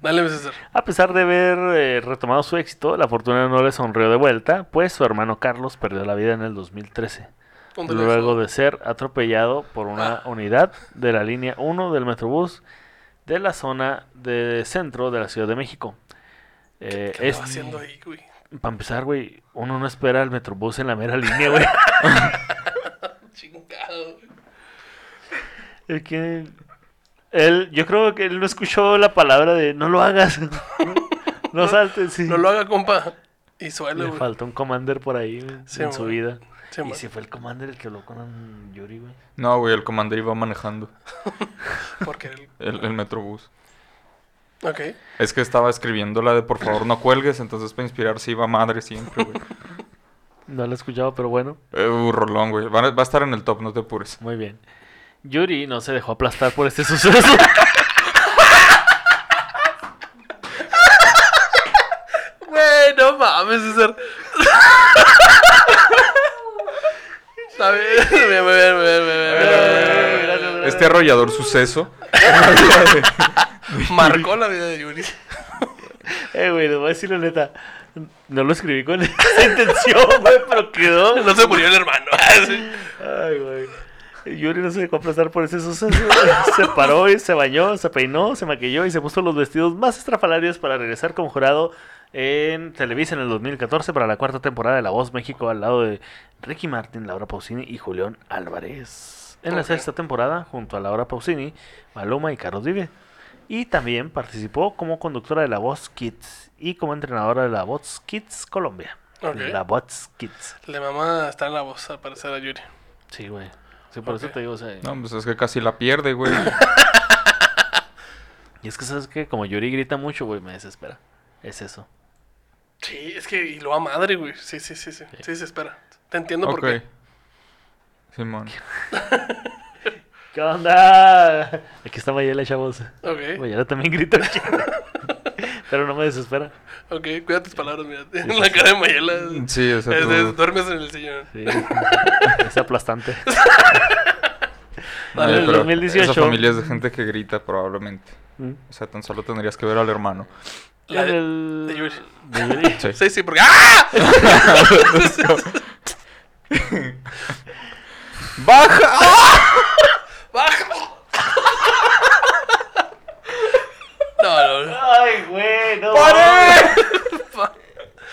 Speaker 4: Dale, mi César.
Speaker 5: A pesar de haber eh, retomado su éxito, la fortuna no le sonrió de vuelta, pues su hermano Carlos perdió la vida en el 2013,
Speaker 4: ¿Dónde lo
Speaker 5: luego
Speaker 4: dejó?
Speaker 5: de ser atropellado por una
Speaker 4: Ah.
Speaker 5: unidad de la línea 1 del Metrobús de la zona de centro de la Ciudad de México. Eh,
Speaker 4: ¿Qué
Speaker 5: es-
Speaker 4: estaba haciendo ahí, güey?
Speaker 5: Para empezar, güey, uno no espera el Metrobús en la mera línea,
Speaker 4: [LAUGHS]
Speaker 5: güey.
Speaker 4: Chingado, güey.
Speaker 5: Es que él, yo creo que él no escuchó la palabra de no lo
Speaker 4: [LAUGHS]
Speaker 5: hagas, no saltes, sí.
Speaker 4: No lo haga, compa. Y suelo,
Speaker 5: Le
Speaker 4: güey.
Speaker 5: faltó un commander por ahí güey,
Speaker 4: Sí,
Speaker 5: en su
Speaker 4: güey.
Speaker 5: vida.
Speaker 4: Sí,
Speaker 5: y
Speaker 4: man.
Speaker 5: si fue el commander el que habló con Yuri, güey.
Speaker 6: No, güey, el comandante iba manejando
Speaker 4: Porque él.
Speaker 6: el, el metrobús.
Speaker 4: Ok.
Speaker 6: Es que estaba escribiendo la de por favor no cuelgues, entonces para inspirarse iba madre
Speaker 4: [LAUGHS]
Speaker 6: siempre, güey.
Speaker 5: No lo he escuchado, pero bueno,
Speaker 6: Eh, uh, rolón, güey. Va, a- va a estar en el top, no te apures.
Speaker 5: muy bien. Yuri no se dejó aplastar por este [LAUGHS] suceso.
Speaker 4: Güey, no mames, César. Está bien, bien, bien, bien, bien, bien, bien, bien, bien.
Speaker 6: Este arrollador suceso.
Speaker 4: Marcó la vida de Yuri.
Speaker 5: eh, güey, les voy a decir la neta. No lo escribí con [LAUGHS] esa intención, güey, pero quedó.
Speaker 4: [LAUGHS] No se murió el hermano. Ah, Sí.
Speaker 5: Ay, güey. Yuri no se dejó aplastar por ese suceso. [LAUGHS] se paró y se bañó, se peinó, se maquilló y se puso los vestidos más estrafalarios para regresar como jurado en Televisa en el 2014 para la cuarta temporada de La Voz México al lado de Ricky Martin, Laura Pausini y Julián Álvarez. En la
Speaker 4: Ok.
Speaker 5: sexta temporada, junto a Laura Pausini, Maluma y Carlos Vive. Y también participó como conductora de La Voz Kids y como entrenadora de La Voz Kids Colombia.
Speaker 4: Ok.
Speaker 5: La Voz Kids.
Speaker 4: La mamá está en la voz, al parecer, a Yuri.
Speaker 5: Sí, güey. Sí, por
Speaker 4: Ok.
Speaker 5: eso te digo, o sea,
Speaker 6: No, pues es que casi la pierde, güey.
Speaker 5: Y es que sabes que como Yuri grita mucho, güey, me desespera. Es eso.
Speaker 4: Sí, es que y lo a madre, güey. Sí, sí, sí, sí. Sí, se espera. Te entiendo
Speaker 6: ok.
Speaker 4: por qué.
Speaker 6: Simón.
Speaker 5: ¿Qué onda? [LAUGHS] Aquí está Mayela, chavos.
Speaker 4: Ok,
Speaker 5: Mayela también grita un chingo. [LAUGHS] Pero no me desespera.
Speaker 4: ok. Cuida tus palabras, mira. En [LAUGHS] la cara de Mayela.
Speaker 6: Sí, o sea,
Speaker 4: Es de-
Speaker 6: tú-
Speaker 4: duermes en el sillón.
Speaker 5: Sí. [LAUGHS] Es aplastante.
Speaker 6: Oye,
Speaker 5: En el
Speaker 6: pero
Speaker 5: 2018.
Speaker 6: Esa familia es de gente que grita, probablemente.
Speaker 5: Mm.
Speaker 6: O sea, tan solo tendrías que ver al hermano.
Speaker 4: La de-
Speaker 5: El-
Speaker 4: de Yuri.
Speaker 5: de Yuri.
Speaker 6: Sí.
Speaker 4: Sí, sí, porque. ¡Ah!
Speaker 6: ¡Baja! ¡Ah,
Speaker 4: ¡Baja! No, no, no.
Speaker 5: Ay, güey, no.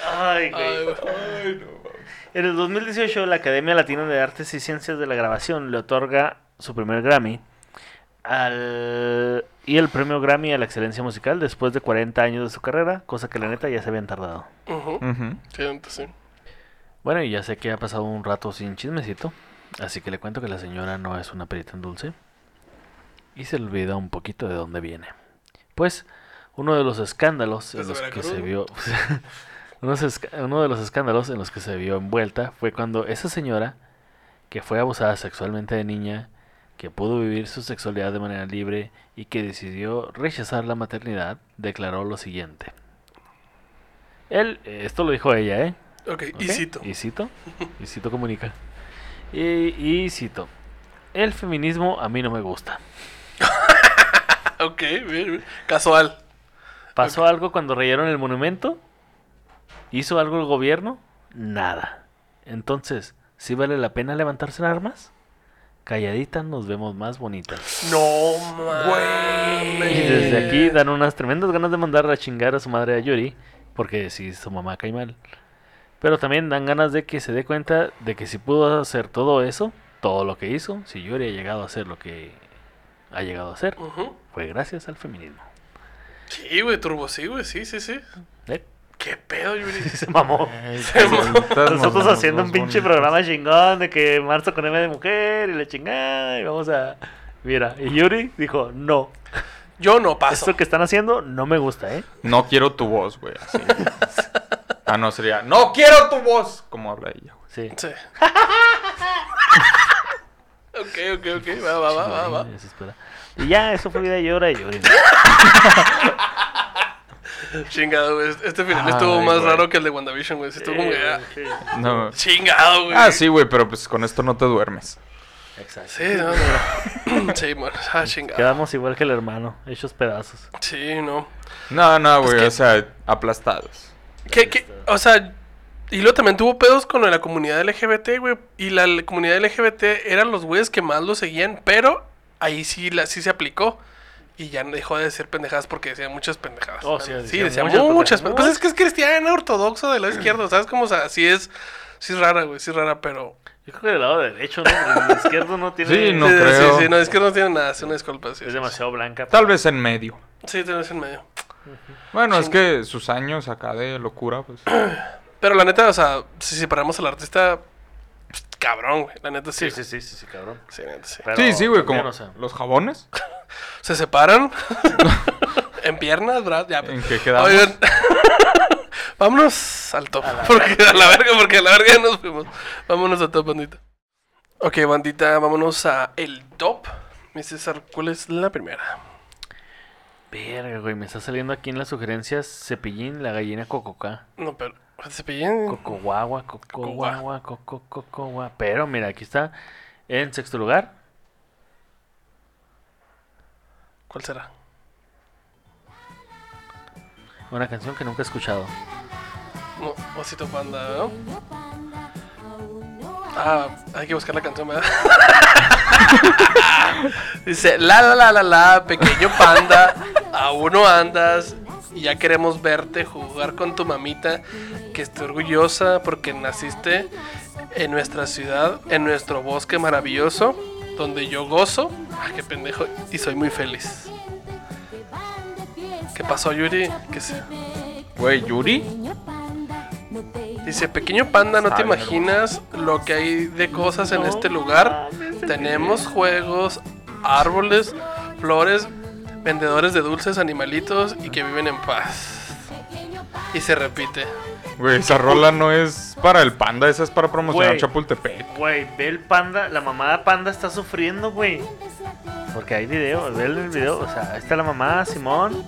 Speaker 5: Ay,
Speaker 4: Ay,
Speaker 5: güey.
Speaker 4: güey.
Speaker 5: En el 2018, la Academia Latina de Artes y Ciencias de la Grabación le otorga su primer Grammy al... y el premio Grammy a la excelencia musical después de 40 años de su carrera, cosa que la neta ya se habían tardado.
Speaker 4: Ujú.
Speaker 6: Ujú.
Speaker 4: Sí, entonces, sí.
Speaker 5: Bueno, y ya sé que ha pasado un rato sin chismecito, así que le cuento que la señora no es una perita en dulce y se olvida un poquito de dónde viene. Pues uno de los escándalos en
Speaker 4: Desde
Speaker 5: los que
Speaker 4: Veracruz,
Speaker 5: se
Speaker 4: ¿no?
Speaker 5: vio [LAUGHS] unos esca- uno de los escándalos en los que se vio envuelta fue cuando esa señora que fue abusada sexualmente de niña, que pudo vivir su sexualidad de manera libre y que decidió rechazar la maternidad, declaró lo siguiente. Él, esto lo dijo ella, ¿eh?
Speaker 4: Ok,
Speaker 5: ¿Ok?
Speaker 4: y cito.
Speaker 5: Y cito. Y cito comunica. Y, y cito. El feminismo a mí no me gusta.
Speaker 4: Ah, Ok, bien, bien. Casual.
Speaker 5: ¿Pasó algo cuando rayaron el monumento? ¿Hizo algo el gobierno? Nada. Entonces, ¿sí vale la pena levantarse en armas? Calladitas nos vemos más bonitas.
Speaker 4: No
Speaker 5: Y
Speaker 4: mames.
Speaker 5: desde aquí dan unas tremendas ganas de mandar a chingar a su madre a Yuri, porque si su mamá cae mal. Pero también dan ganas de que se dé cuenta de que si pudo hacer todo eso, todo lo que hizo, si Yuri ha llegado a hacer lo que ha llegado a hacer,
Speaker 4: Ujú.
Speaker 5: fue gracias al feminismo.
Speaker 4: Sí, güey, turbo, sí, güey, sí, sí, sí.
Speaker 5: ¿Eh? [LAUGHS]
Speaker 4: ¿Qué pedo, Yuri? [LAUGHS]
Speaker 5: Sí se mamó. Nosotros haciendo un pinche programa chingón de que marzo con M de mujer y la chingada y vamos a... Mira, y Yuri dijo, no,
Speaker 4: Yo no paso.
Speaker 5: esto que están haciendo no me gusta, ¿eh?
Speaker 6: No quiero tu voz, güey. así. ah, no, sería. ¡No quiero tu voz! Como habla ella, güey.
Speaker 5: Sí.
Speaker 4: Sí. ok, ok, ok. Va, va, va, va, va.
Speaker 5: Ay, eso espera. Y ya, eso fue vida de llora y
Speaker 4: [LAUGHS]
Speaker 5: llora.
Speaker 4: Chingado, güey. Este final
Speaker 6: Ay,
Speaker 4: estuvo más
Speaker 6: güey.
Speaker 4: raro que el de WandaVision, güey. Sí, Estuvo como que. ah,
Speaker 6: No.
Speaker 4: Chingado, güey.
Speaker 6: Ah, sí, güey, pero pues con esto no te duermes.
Speaker 5: Exacto.
Speaker 4: Sí, no, no. [COUGHS] sí, bueno. Ah, chingado.
Speaker 5: Quedamos igual que el hermano, hechos pedazos.
Speaker 4: Sí, no.
Speaker 6: No, no, güey,
Speaker 4: que-
Speaker 6: o sea, aplastados.
Speaker 4: ¿Qué, qué? O sea, y luego también tuvo pedos con lo de la comunidad LGBT, güey. Y la l- comunidad LGBT eran los güeyes que más lo seguían, pero ahí sí, la, sí se aplicó. Y ya dejó de decir pendejadas porque decía muchas pendejadas.
Speaker 5: Oh, sí, decía
Speaker 4: decía
Speaker 5: muchas
Speaker 4: muchas,
Speaker 5: pendejadas.
Speaker 4: pendejadas. Pues es que es cristiana ortodoxa de la izquierda, ¿sabes? Como, o sea, sí es, sí es rara, güey, sí es rara, pero...
Speaker 5: Yo creo que del lado derecho, ¿no? Porque el izquierdo no tiene.
Speaker 6: Sí, no.
Speaker 4: sí, sí,
Speaker 6: creo.
Speaker 4: Sí, no, es que no tiene nada, es una disculpa. Sí,
Speaker 5: Es demasiado blanca.
Speaker 6: Tal vez en medio.
Speaker 4: Sí, tenés en medio.
Speaker 6: Bueno, es que sus años acá de locura, pues.
Speaker 4: Pero la neta, o sea, si separamos al artista, pues, cabrón, güey. La neta, sí.
Speaker 5: Sí, sí, sí, sí, sí, cabrón.
Speaker 4: Sí, la neta, sí.
Speaker 5: Pero
Speaker 6: Sí, sí, güey, como
Speaker 5: también, o sea,
Speaker 6: los jabones.
Speaker 4: se separan en piernas, brazos, ya.
Speaker 6: ¿En qué quedamos?
Speaker 4: Oigan, [LAUGHS] vámonos al top, porque a la verga, porque a la verga ya nos fuimos. Vámonos al top, bandita. Ok, bandita, vámonos a el top. Mi César, ¿cuál es la primera?
Speaker 5: Verga, güey, me está saliendo aquí en las sugerencias Cepillín, la gallina cococá.
Speaker 4: No, pero Cepillín.
Speaker 5: Cocoguagua, cocoguagua, coco, cocogua. Pero mira, aquí está en sexto lugar.
Speaker 4: ¿Cuál será?
Speaker 5: Una canción que nunca he escuchado.
Speaker 4: No, Osito Panda, ¿no? Ah, hay que buscar la canción, ¿verdad? [LAUGHS] Dice, la la la la la, pequeño panda, aún no andas y ya queremos verte jugar con tu mamita que esté orgullosa porque naciste en nuestra ciudad, en nuestro bosque maravilloso, donde yo gozo, ah, qué pendejo, y soy muy feliz. ¿Qué pasó, Yuri? ¿Qué se-
Speaker 6: Güey, Yuri.
Speaker 4: Dice, pequeño panda, ¿no te
Speaker 6: Está bien
Speaker 4: imaginas lo que hay de cosas en este lugar? Tenemos juegos, árboles, flores, vendedores de dulces, animalitos y que viven en paz. Y se repite.
Speaker 6: Güey, esa rola no es para el panda, esa es para promocionar
Speaker 5: Güey.
Speaker 6: Chapultepec.
Speaker 5: Güey, ve el panda, la mamada panda está sufriendo, güey. Porque hay video, ve el video, o sea, ahí está la mamá, Simón.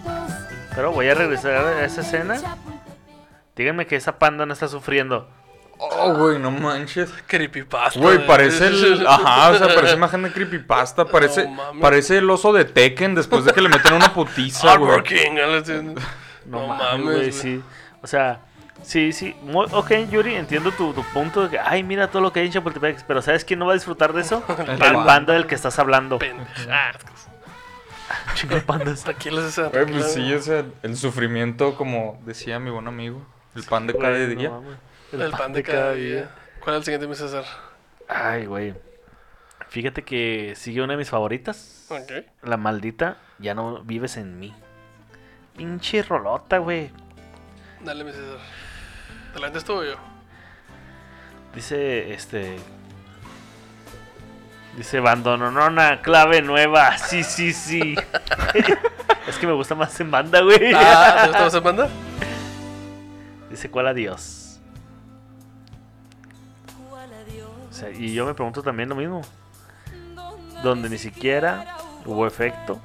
Speaker 5: Pero voy a regresar a esa escena. Díganme que esa panda no está sufriendo.
Speaker 6: Oh, güey, no manches.
Speaker 4: Creepypasta.
Speaker 6: Güey,
Speaker 5: [LAUGHS]
Speaker 4: [LAUGHS]
Speaker 6: parece el. Ajá, o sea, parece imagen de creepypasta. Parece,
Speaker 4: No mames.
Speaker 6: parece el oso de Tekken después de que le meten una putiza, güey.
Speaker 4: Hardworking.
Speaker 6: [LAUGHS]
Speaker 5: No, mames, güey, sí. O sea, sí, sí. Mu- Ok, Yuri, entiendo tu, tu punto de que, ay, mira todo lo que hay en Chapultepec. Pero ¿sabes quién no va a disfrutar de eso? el
Speaker 6: panda.
Speaker 5: panda del que estás hablando.
Speaker 4: Pendejadas.
Speaker 5: [LAUGHS] Chingo de
Speaker 4: [LAUGHS]
Speaker 5: pandas.
Speaker 4: Hasta aquí les hace-
Speaker 6: Güey, pues sí, o sea, el sufrimiento, como decía mi buen amigo, el pan de cada
Speaker 5: Güey, no
Speaker 6: día.
Speaker 5: mames.
Speaker 4: El pan de cada día. ¿Cuál es el siguiente, mi César?
Speaker 5: Ay, güey. Fíjate que sigue una de mis favoritas.
Speaker 4: Ok.
Speaker 5: La maldita, ya no vives en mí. Pinche rolota, güey.
Speaker 4: Dale, mi César. Delante estuvo
Speaker 6: [LAUGHS]
Speaker 4: yo.
Speaker 5: Dice, este... Dice, bandononona, clave nueva. Sí, sí, sí. [LAUGHS] es que me gusta más en banda, güey.
Speaker 4: Ah, ¿te gusta más el panda?
Speaker 5: Dice, ¿cuál adiós? O sea, y yo me pregunto también lo mismo. Donde ni siquiera hubo efecto.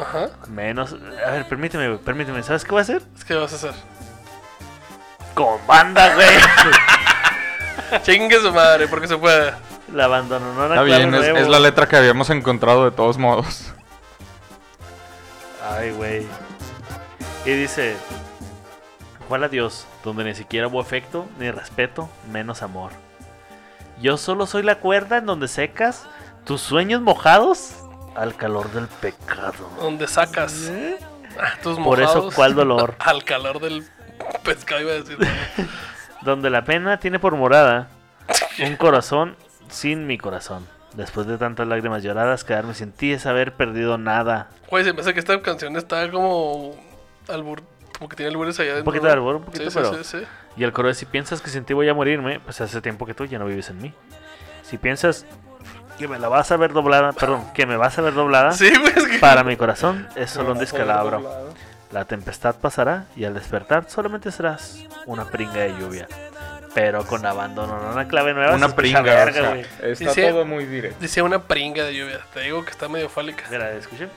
Speaker 4: Ajá.
Speaker 5: Menos... A ver, permíteme, güey, permíteme. ¿Sabes qué voy a hacer?
Speaker 4: Es que vas a hacer.
Speaker 5: Con banda, güey. [LAUGHS]
Speaker 4: Chingue su madre, porque se puede.
Speaker 5: La bandononona,
Speaker 6: Está bien,
Speaker 5: clave
Speaker 6: es,
Speaker 5: nueva.
Speaker 6: es la letra que habíamos encontrado de todos modos.
Speaker 5: Ay, güey. Y dice, ¿cuál adiós? Donde ni siquiera hubo afecto, ni respeto, menos amor. Yo solo soy la cuerda en donde secas tus sueños mojados al calor del pecado.
Speaker 4: Donde sacas ah, tus mojados.
Speaker 5: Por eso, ¿cuál dolor?
Speaker 4: [LAUGHS] Al calor del pescado iba a decir.
Speaker 5: Donde la pena tiene por morada un corazón sin mi corazón. Después de tantas lágrimas lloradas, quedarme sin ti es haber perdido nada.
Speaker 4: Güey, se me hace que esta canción está como albur, como que tiene albures allá
Speaker 5: Un
Speaker 4: adentro.
Speaker 5: poquito de
Speaker 4: ¿no?
Speaker 5: albur, un poquito,
Speaker 4: sí,
Speaker 5: pero-
Speaker 4: Sí, sí, sí.
Speaker 5: Y el coro es, si piensas que sin ti voy a morirme, pues hace tiempo que tú ya no vives en mí. Si piensas que me la vas a ver doblada, perdón, que me vas a ver doblada,
Speaker 4: Sí, güey, es que...
Speaker 5: para mi corazón es solo un
Speaker 4: No,
Speaker 5: descalabro.
Speaker 4: doblado.
Speaker 5: La tempestad pasará y al despertar solamente serás una pringa de lluvia. Pero con abandono, no una clave nueva. Ah, se
Speaker 6: Una
Speaker 5: escucha
Speaker 6: pringa,
Speaker 5: verga,
Speaker 6: o sea,
Speaker 5: güey.
Speaker 6: está
Speaker 4: Sí, sí.
Speaker 6: todo
Speaker 4: [LAUGHS]
Speaker 6: muy directo.
Speaker 4: Decía una pringa de lluvia. Te digo que está medio fálica.
Speaker 5: Mira, escuché.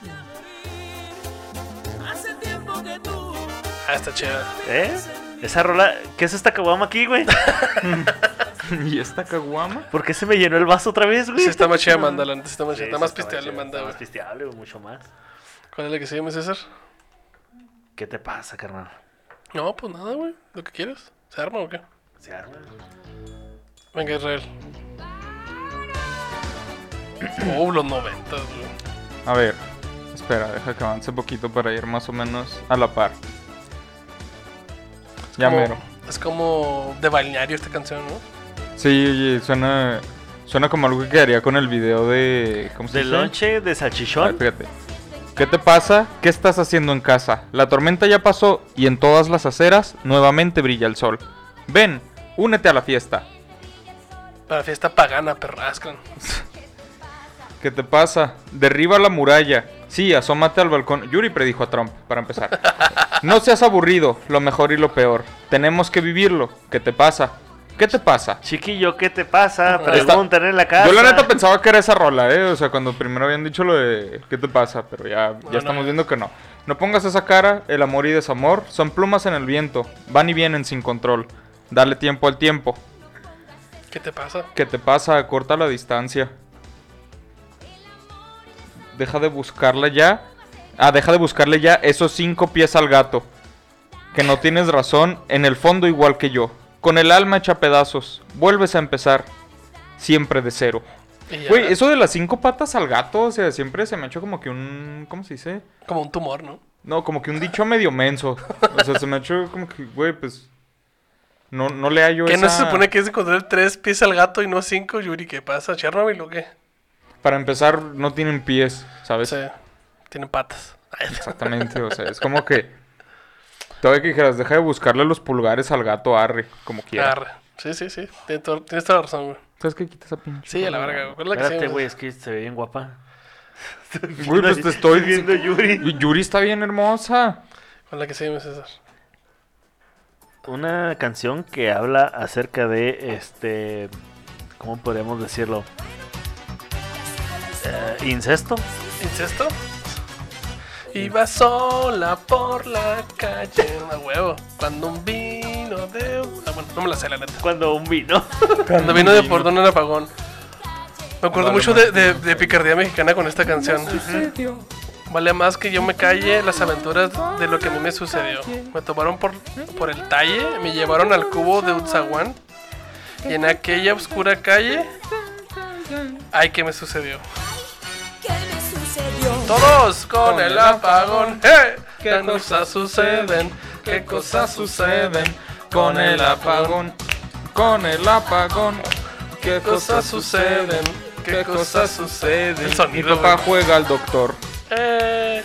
Speaker 4: Ah, está chida.
Speaker 5: ¿Eh? Esa rola, ¿qué es esta caguama aquí, güey?
Speaker 6: ¿Y esta caguama?
Speaker 5: ¿Por qué se me llenó el vaso otra vez, güey?
Speaker 4: Sí, está
Speaker 5: [LAUGHS]
Speaker 4: más chida, manda. La neta está más
Speaker 5: Sí,
Speaker 4: chida. Está
Speaker 5: sí,
Speaker 4: más
Speaker 5: está
Speaker 4: pisteable,
Speaker 5: chida,
Speaker 4: manda,
Speaker 5: Está
Speaker 4: güey.
Speaker 5: más pisteable, güey, mucho más.
Speaker 4: ¿Cuál es la que sigue, mi César?
Speaker 5: ¿Qué te pasa, carnal?
Speaker 4: No, pues nada, güey. Lo que quieras. ¿Se arma o qué?
Speaker 5: ¿Se arma?
Speaker 4: Venga, Israel. Oh, los 90, güey.
Speaker 6: A ver, espera, deja que avance poquito para ir más o menos a la par. Ya
Speaker 4: Como-
Speaker 6: mero.
Speaker 4: Es como de balneario esta canción, ¿no?
Speaker 6: Sí, oye, suena, suena como algo que quedaría con el video de. ¿Cómo se
Speaker 5: De
Speaker 6: dice?
Speaker 5: lonche, de
Speaker 6: A ver,
Speaker 5: salchichón.
Speaker 6: fíjate. ¿Qué te pasa? ¿Qué estás haciendo en casa? La tormenta ya pasó y en todas las aceras nuevamente brilla el sol. Ven, únete a la fiesta.
Speaker 4: Para fiesta pagana, perrascan.
Speaker 6: ¿Qué te pasa? Derriba la muralla. Sí, asómate al balcón. Yuri predijo a Trump, para empezar. No seas aburrido, lo mejor y lo peor. Tenemos que vivirlo. ¿Qué te pasa? ¿Qué te pasa?
Speaker 5: Chiquillo, ¿qué te pasa?
Speaker 6: Está-
Speaker 5: Preguntan en la casa.
Speaker 6: Yo la neta pensaba que era esa rola, ¿eh? O sea, cuando primero habían dicho lo de ¿qué te pasa? Pero ya, ya
Speaker 4: no,
Speaker 6: estamos
Speaker 4: no.
Speaker 6: viendo que no. No pongas esa cara, el amor y desamor son plumas en el viento, van y vienen sin control. Dale tiempo al tiempo.
Speaker 4: ¿Qué te pasa?
Speaker 6: ¿Qué te pasa? Acorta la distancia. Deja de buscarla ya. Ah, deja de buscarle ya esos cinco pies al gato. Que no tienes razón, en el fondo igual que yo. Con el alma hecha pedazos. Vuelves a empezar. Siempre de cero.
Speaker 4: Y ya,
Speaker 6: Güey, eso de las cinco patas al gato, o sea, siempre se me ha hecho como que un. ¿Cómo se dice?
Speaker 4: Como un tumor, ¿no?
Speaker 6: No, como que un dicho medio menso. O sea, se me ha hecho como que, güey, pues. No, no le hallo
Speaker 4: Que no se
Speaker 6: esa-
Speaker 4: supone que es encontrar tres pies al gato y no cinco, Yuri. ¿Qué pasa? ¿Chernobyl o qué?
Speaker 6: Para empezar, no tienen pies,
Speaker 4: O
Speaker 6: ¿sabes?
Speaker 4: sea, tienen patas.
Speaker 6: Exactamente, o sea, es como que. Todavía que dijeras, deja de buscarle los pulgares al gato arre, como quiera.
Speaker 4: Arre. Sí, sí, sí. Tienes, to- tienes toda la razón, güey.
Speaker 6: ¿Sabes qué? Quita esa pinche.
Speaker 4: Sí, a la verga, güey. ¿Cuál es la que
Speaker 5: Espérate,
Speaker 4: sigue,
Speaker 5: güey, es que se ve bien guapa. [LAUGHS]
Speaker 6: Güey, pues te estoy
Speaker 5: viendo a Yuri.
Speaker 6: Y Yuri está bien hermosa.
Speaker 4: ¿Cuál es la que sigue, mi César?
Speaker 5: Una canción que habla acerca de este. ¿Cómo podríamos decirlo? Eh, ¿Incesto?
Speaker 4: ¿Incesto? Iba sola por la calle, a huevo. Cuando un vino de. No, bueno, no me la sé, la neta.
Speaker 5: Cuando un vino.
Speaker 4: Cuando vino de Pordón el apagón. Me acuerdo
Speaker 6: Vale
Speaker 4: mucho
Speaker 6: más
Speaker 4: de, de- de picardía mexicana con esta canción. Vale más que yo me calle las aventuras de lo que a mí me sucedió. Me tomaron por, por el talle, me llevaron al cubo de Utzahuán. Y en aquella oscura calle, ay, ¿qué me sucedió?
Speaker 8: ¿Qué me sucedió?
Speaker 4: Todos con el apagón. ¡Eh! ¿Qué cosas suceden? ¿Qué cosas suceden?
Speaker 6: con el apagón? Con el apagón. ¿Qué
Speaker 4: cosas suceden? ¿Qué cosas suceden? El
Speaker 6: Mi
Speaker 4: sonido,
Speaker 6: papá
Speaker 4: güey.
Speaker 6: juega al doctor.
Speaker 4: Eh.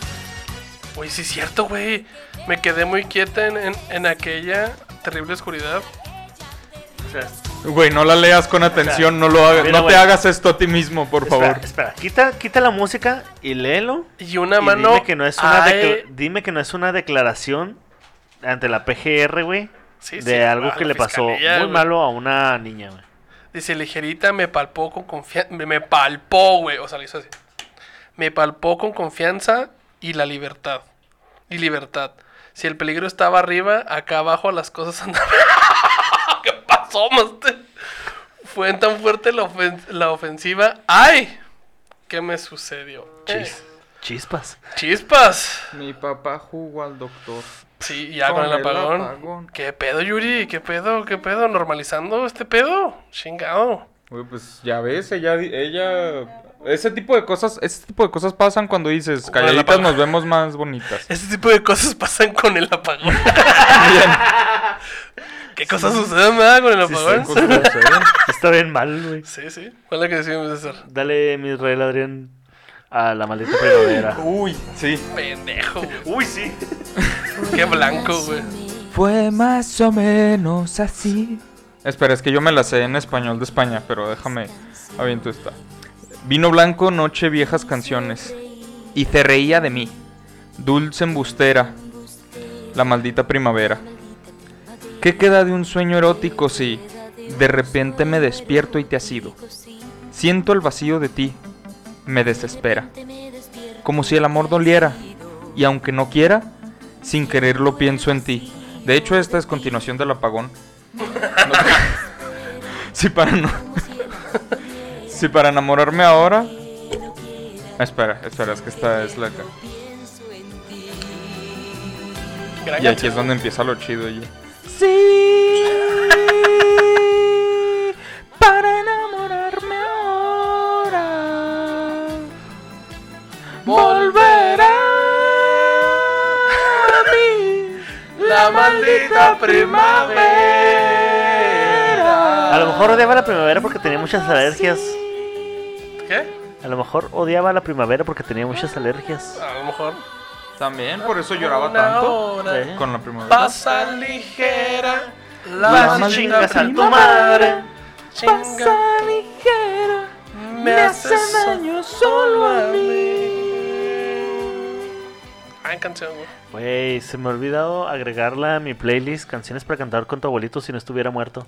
Speaker 4: Güey, sí es cierto, güey. Me quedé muy quieta en, en- en aquella terrible oscuridad.
Speaker 5: O sea,
Speaker 6: Güey, no la leas con atención, no lo hagas.
Speaker 5: Mira,
Speaker 6: no te
Speaker 5: güey.
Speaker 6: hagas esto a ti mismo, por
Speaker 5: espera,
Speaker 6: favor.
Speaker 5: espera. Quita, quita la música y léelo.
Speaker 4: Y una
Speaker 5: Y
Speaker 4: mano.
Speaker 5: Dime que, no es una
Speaker 4: ay,
Speaker 5: decla- dime que no es una declaración ante la PGR, güey.
Speaker 4: Sí,
Speaker 5: de
Speaker 4: sí, a
Speaker 5: algo
Speaker 4: la
Speaker 5: que le pasó muy
Speaker 4: fiscalía, güey.
Speaker 5: malo a una niña, güey.
Speaker 4: Dice, ligerita me palpó con confianza. Me, me palpó, güey. O sea, le hizo así. Me palpó con confianza y la libertad. Y libertad. Si el peligro estaba arriba, acá abajo las cosas [LAUGHS] andaban. ¿Qué pasó, master? Fue tan fuerte la, ofen- la ofensiva. ¡Ay! ¿Qué me sucedió? Eh,
Speaker 5: Chis- Chispas.
Speaker 4: Chispas.
Speaker 6: Mi papá jugó al doctor.
Speaker 4: Sí, ya con, el, apagón. ¿Qué pedo, Yuri? ¿Qué pedo? ¿Qué pedo? ¿Normalizando este pedo? Chingado.
Speaker 6: Güey, pues ya ves, ella, di- ella, ese tipo de cosas, ese tipo de cosas pasan cuando dices,
Speaker 4: Jugar al
Speaker 6: calladitas
Speaker 4: apagón".
Speaker 6: nos vemos más bonitas.
Speaker 4: Este tipo de cosas pasan con el [LAUGHS] apagón. ¿Qué cosas suceden, verdad, con el apagón?
Speaker 6: Cosas que suceden.
Speaker 5: [LAUGHS] Está bien mal, güey.
Speaker 4: Sí, sí. ¿Cuál es la que decimos César?
Speaker 5: Dale, mi Israel Adrián, a la maldita primavera.
Speaker 6: Uy, sí.
Speaker 4: Pendejo, güey.
Speaker 5: Uy, sí.
Speaker 4: Qué blanco, güey.
Speaker 6: Fue más o menos así. Espera, es que yo me la sé en español de España, pero déjame, aviento esta. Vino blanco, noche, viejas canciones. Y se reía de mí. Dulce embustera, la maldita primavera. ¿Qué queda de un sueño erótico si de repente me despierto y te has ido? Siento el vacío de ti, me desespera. Como si el amor doliera, y aunque no quiera, sin quererlo pienso en ti. De hecho, esta es continuación
Speaker 9: [LAUGHS]
Speaker 6: del apagón. No- si para no... si para enamorarme ahora... Espera, espera, es que esta es la... ca-
Speaker 4: Gran
Speaker 6: Y aquí
Speaker 4: canción.
Speaker 6: es donde empieza lo chido. oye.
Speaker 9: Sí, para enamorarme ahora volverá a mí
Speaker 4: La maldita primavera.
Speaker 5: A lo mejor odiaba la primavera porque tenía muchas alergias.
Speaker 4: ¿Qué?
Speaker 5: A lo mejor odiaba la primavera porque tenía muchas alergias.
Speaker 4: A lo mejor.
Speaker 6: También, por eso lloraba
Speaker 4: Una
Speaker 6: tanto
Speaker 4: hora
Speaker 5: Sí.
Speaker 6: con la primavera.
Speaker 4: Pasa ligera.
Speaker 5: Vas
Speaker 4: La
Speaker 5: y
Speaker 4: maldita
Speaker 5: chingas a tu
Speaker 4: primavera.
Speaker 5: madre.
Speaker 4: Chinga.
Speaker 9: pasa ligera me hace daño solo a mí
Speaker 4: Gran canción, güey.
Speaker 5: Güey, se me ha olvidado agregarla a mi playlist Canciones para cantar con tu abuelito si no estuviera muerto.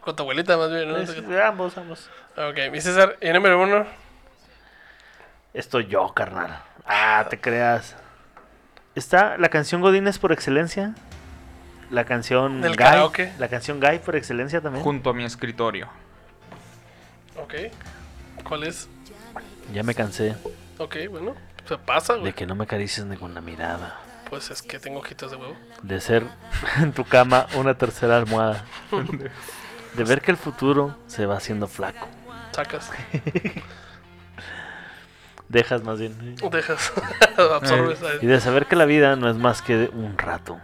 Speaker 4: Con tu abuelita, más bien, ¿no?
Speaker 5: Es- ambos, ambos.
Speaker 4: Ok, mi César, y número uno.
Speaker 5: Estoy yo, carnal. Ah, te creas. Está la canción Godines por excelencia. La canción
Speaker 4: Del
Speaker 5: Guy,
Speaker 4: karaoke.
Speaker 5: La canción Guy por excelencia también.
Speaker 6: Junto a mi escritorio.
Speaker 4: Ok. ¿Cuál es?
Speaker 5: ya me cansé
Speaker 4: Ok, bueno. Se pasa,
Speaker 5: de
Speaker 4: güey.
Speaker 5: que no me acaricies ni con la mirada.
Speaker 4: Pues es que tengo ojitos de huevo.
Speaker 5: de ser [LAUGHS] en tu cama una tercera almohada, de ver que el futuro se va haciendo flaco.
Speaker 4: Sacas,
Speaker 5: Dejas más bien.
Speaker 4: dejas, [LAUGHS] absorbes.
Speaker 5: Y de saber que la vida no es más que un rato.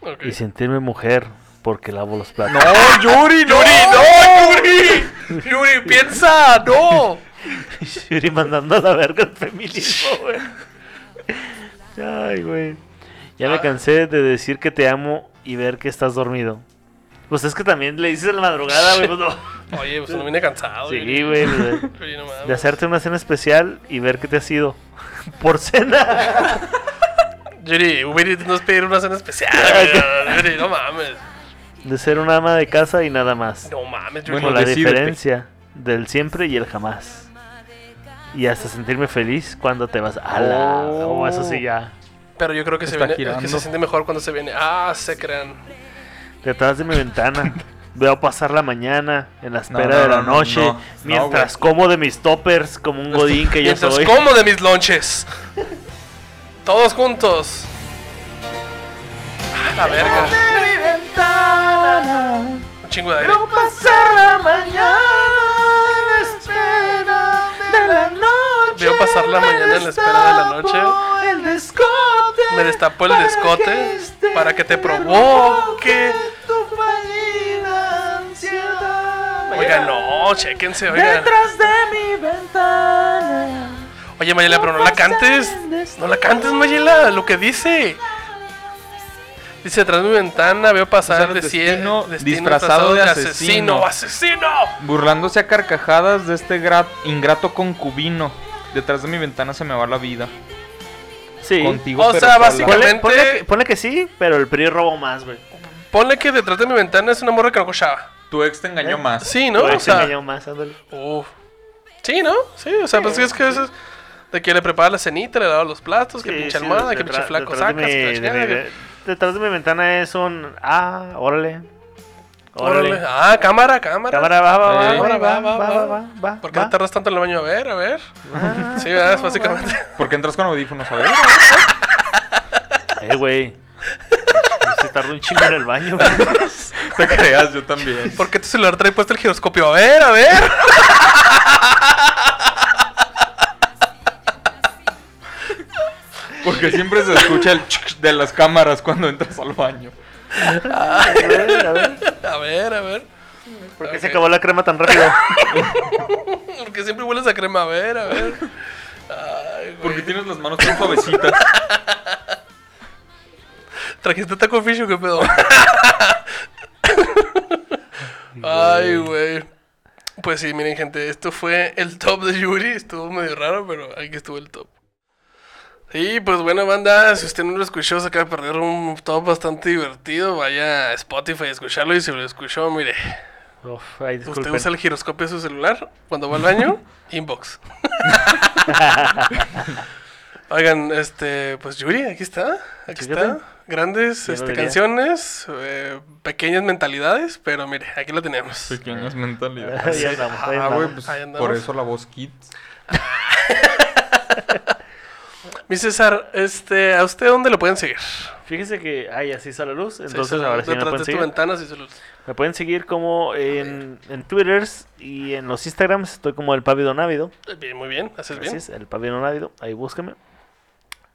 Speaker 4: Ok.
Speaker 5: Y sentirme mujer porque lavo los platos.
Speaker 6: Eh.
Speaker 5: [LAUGHS]
Speaker 6: ¡No, Yuri, no!
Speaker 4: Yuri, no, Yuri. Yuri, piensa, no.
Speaker 5: Yuri mandando a la verga el
Speaker 6: [LAUGHS]
Speaker 5: feminismo, güey. Ay, güey. Ya
Speaker 6: Ah.
Speaker 5: me cansé de decir que te amo y ver que estás dormido. Pues es que también le dices en la madrugada, güey. pues
Speaker 6: [LAUGHS]
Speaker 5: no.
Speaker 4: Oye, pues no viene cansado.
Speaker 5: Sí,
Speaker 4: Yuri.
Speaker 5: güey. pues, de-
Speaker 4: Yuri, no mames.
Speaker 5: De hacerte una cena especial y ver que te has ido. [LAUGHS] Por cena.
Speaker 4: Yuri, Uber Eats nos pedir una cena
Speaker 6: [LAUGHS]
Speaker 4: especial. güey. Yuri, no mames.
Speaker 5: De ser una ama de casa y nada más.
Speaker 4: No mames, Yuri.
Speaker 5: Como la
Speaker 6: Bueno, decídete.
Speaker 5: diferencia del siempre y el jamás. Y hasta sentirme feliz cuando te vas. ¡Ala!
Speaker 6: Oh.
Speaker 5: Oh, eso sí ya.
Speaker 4: Pero yo creo que se,
Speaker 6: Está
Speaker 4: viene,
Speaker 6: girando.
Speaker 4: que se siente mejor cuando se viene. Ah, se crean.
Speaker 5: Detrás de mi
Speaker 4: [LAUGHS]
Speaker 5: ventana. Veo pasar la mañana en la
Speaker 6: No,
Speaker 5: espera
Speaker 6: no,
Speaker 5: de la
Speaker 6: no, no,
Speaker 5: noche.
Speaker 6: no, no,
Speaker 5: mientras
Speaker 6: güey.
Speaker 5: como de mis toppers como un godín que yo
Speaker 4: Mientras
Speaker 5: soy.
Speaker 4: como de mis lonches. Todos juntos. Ah, la verga. Un chingo de aire. Veo pasar la mañana en la espera de la noche. Me destapó el descote para que te provoque. Oiga, no, chéquense, oiga. Oye, Mayela, pero no la cantes. No la cantes, Mayela, lo que dice. Dice, detrás de mi ventana veo pasar
Speaker 6: Pasar
Speaker 4: de
Speaker 6: el
Speaker 4: cien-
Speaker 6: destino
Speaker 4: pasado
Speaker 6: disfrazado de asesino.
Speaker 4: ¡Asesino!
Speaker 6: Burlándose a carcajadas de este gra- ingrato concubino. Detrás de mi ventana se me va la vida.
Speaker 5: Sí.
Speaker 6: Contigo,
Speaker 4: O
Speaker 6: pero
Speaker 4: sea,
Speaker 6: sola.
Speaker 4: básicamente-
Speaker 5: Ponle, ponle que, ponle que sí, pero el PRI robó más, güey.
Speaker 4: Ponle que detrás de mi ventana es una morra que no cochaba.
Speaker 6: Tu ex te
Speaker 4: ¿Eh?
Speaker 6: engañó más.
Speaker 4: Sí, ¿no?
Speaker 5: Por
Speaker 4: O
Speaker 5: eso
Speaker 4: sea,
Speaker 5: engañó más, ándale.
Speaker 4: Uf. Sí, ¿no? Sí, o sea, pues es que eso es de que le prepara la cenita, le lava los platos, que
Speaker 5: Sí,
Speaker 4: pinche
Speaker 5: sí,
Speaker 4: almohada, que
Speaker 5: detrás-
Speaker 4: pinche flaco
Speaker 5: detrás
Speaker 4: sacas,
Speaker 5: de
Speaker 4: que
Speaker 5: mi-
Speaker 4: la
Speaker 5: de
Speaker 4: chingada,
Speaker 5: mi-
Speaker 4: que-
Speaker 5: de- Detrás de mi ventana es un. Ah, órale. Órale.
Speaker 4: Órale. Ah, cámara, cámara.
Speaker 5: Cámara, va, va, va,
Speaker 6: Eh,
Speaker 5: va,
Speaker 4: Cámara,
Speaker 5: va, va, va, va, va.
Speaker 4: ¿Por qué te tardas tanto en el baño? A ver, a ver.
Speaker 5: Ah,
Speaker 4: Sí, ¿verdad? Es básicamente.
Speaker 6: Porque entras con audífonos, a ver.
Speaker 5: Eh, güey. Se tardó un chingo en el baño. güey.
Speaker 6: [LAUGHS] Te creas, yo también.
Speaker 4: [LAUGHS] ¿Por qué tu celular trae puesto el giroscopio? A ver, a ver. [LAUGHS]
Speaker 6: Porque siempre se escucha el ch- de las cámaras cuando entras al baño.
Speaker 5: A ver, a ver.
Speaker 4: A ver, a ver.
Speaker 5: ¿Por qué se acabó la crema tan rápido?
Speaker 4: Porque siempre hueles a crema. A ver, a ver. Ay, güey.
Speaker 6: Porque tienes las manos tan suavecitas.
Speaker 4: [LAUGHS] ¿Trajiste taco fish o qué pedo? Ay, güey. Pues sí, miren, gente, esto fue el top de Yuri. Estuvo medio raro, pero aquí estuvo el top. Y pues bueno, banda, si usted no lo escuchó, se acaba de perder un top bastante divertido. Vaya a Spotify a escucharlo y si lo escuchó, mire,
Speaker 5: Uf, ay,
Speaker 4: usted
Speaker 5: disculpen.
Speaker 4: usa
Speaker 5: [LAUGHS]
Speaker 4: el giroscopio de su celular cuando va al baño, inbox. [LAUGHS] Oigan, este, pues Yuri, aquí está, aquí
Speaker 5: Fíjate.
Speaker 4: está. Grandes
Speaker 5: Yo no
Speaker 4: este,
Speaker 5: diría.
Speaker 4: canciones, eh, pequeñas mentalidades, pero mire, aquí la tenemos.
Speaker 6: Pequeñas mentalidades.
Speaker 5: Ahí andamos, ahí
Speaker 6: Ah, güey,
Speaker 5: andamos.
Speaker 6: pues
Speaker 4: Ahí andamos.
Speaker 6: por eso la voz Kids.
Speaker 4: Mi César, este, ¿a usted dónde lo pueden seguir?
Speaker 5: Fíjese que, ay, así sale la luz. Entonces,
Speaker 4: César,
Speaker 5: ahora sí me
Speaker 4: detrás
Speaker 5: pueden
Speaker 4: de tu
Speaker 5: seguir.
Speaker 4: ventana, sí, salud.
Speaker 5: Me pueden seguir como en, en Twitter y en los Instagrams. Estoy como el Pávido Návido.
Speaker 4: Eh, Bien, muy bien, haces bien.
Speaker 5: Así es, el Pabellón Návido. Ahí búsqueme.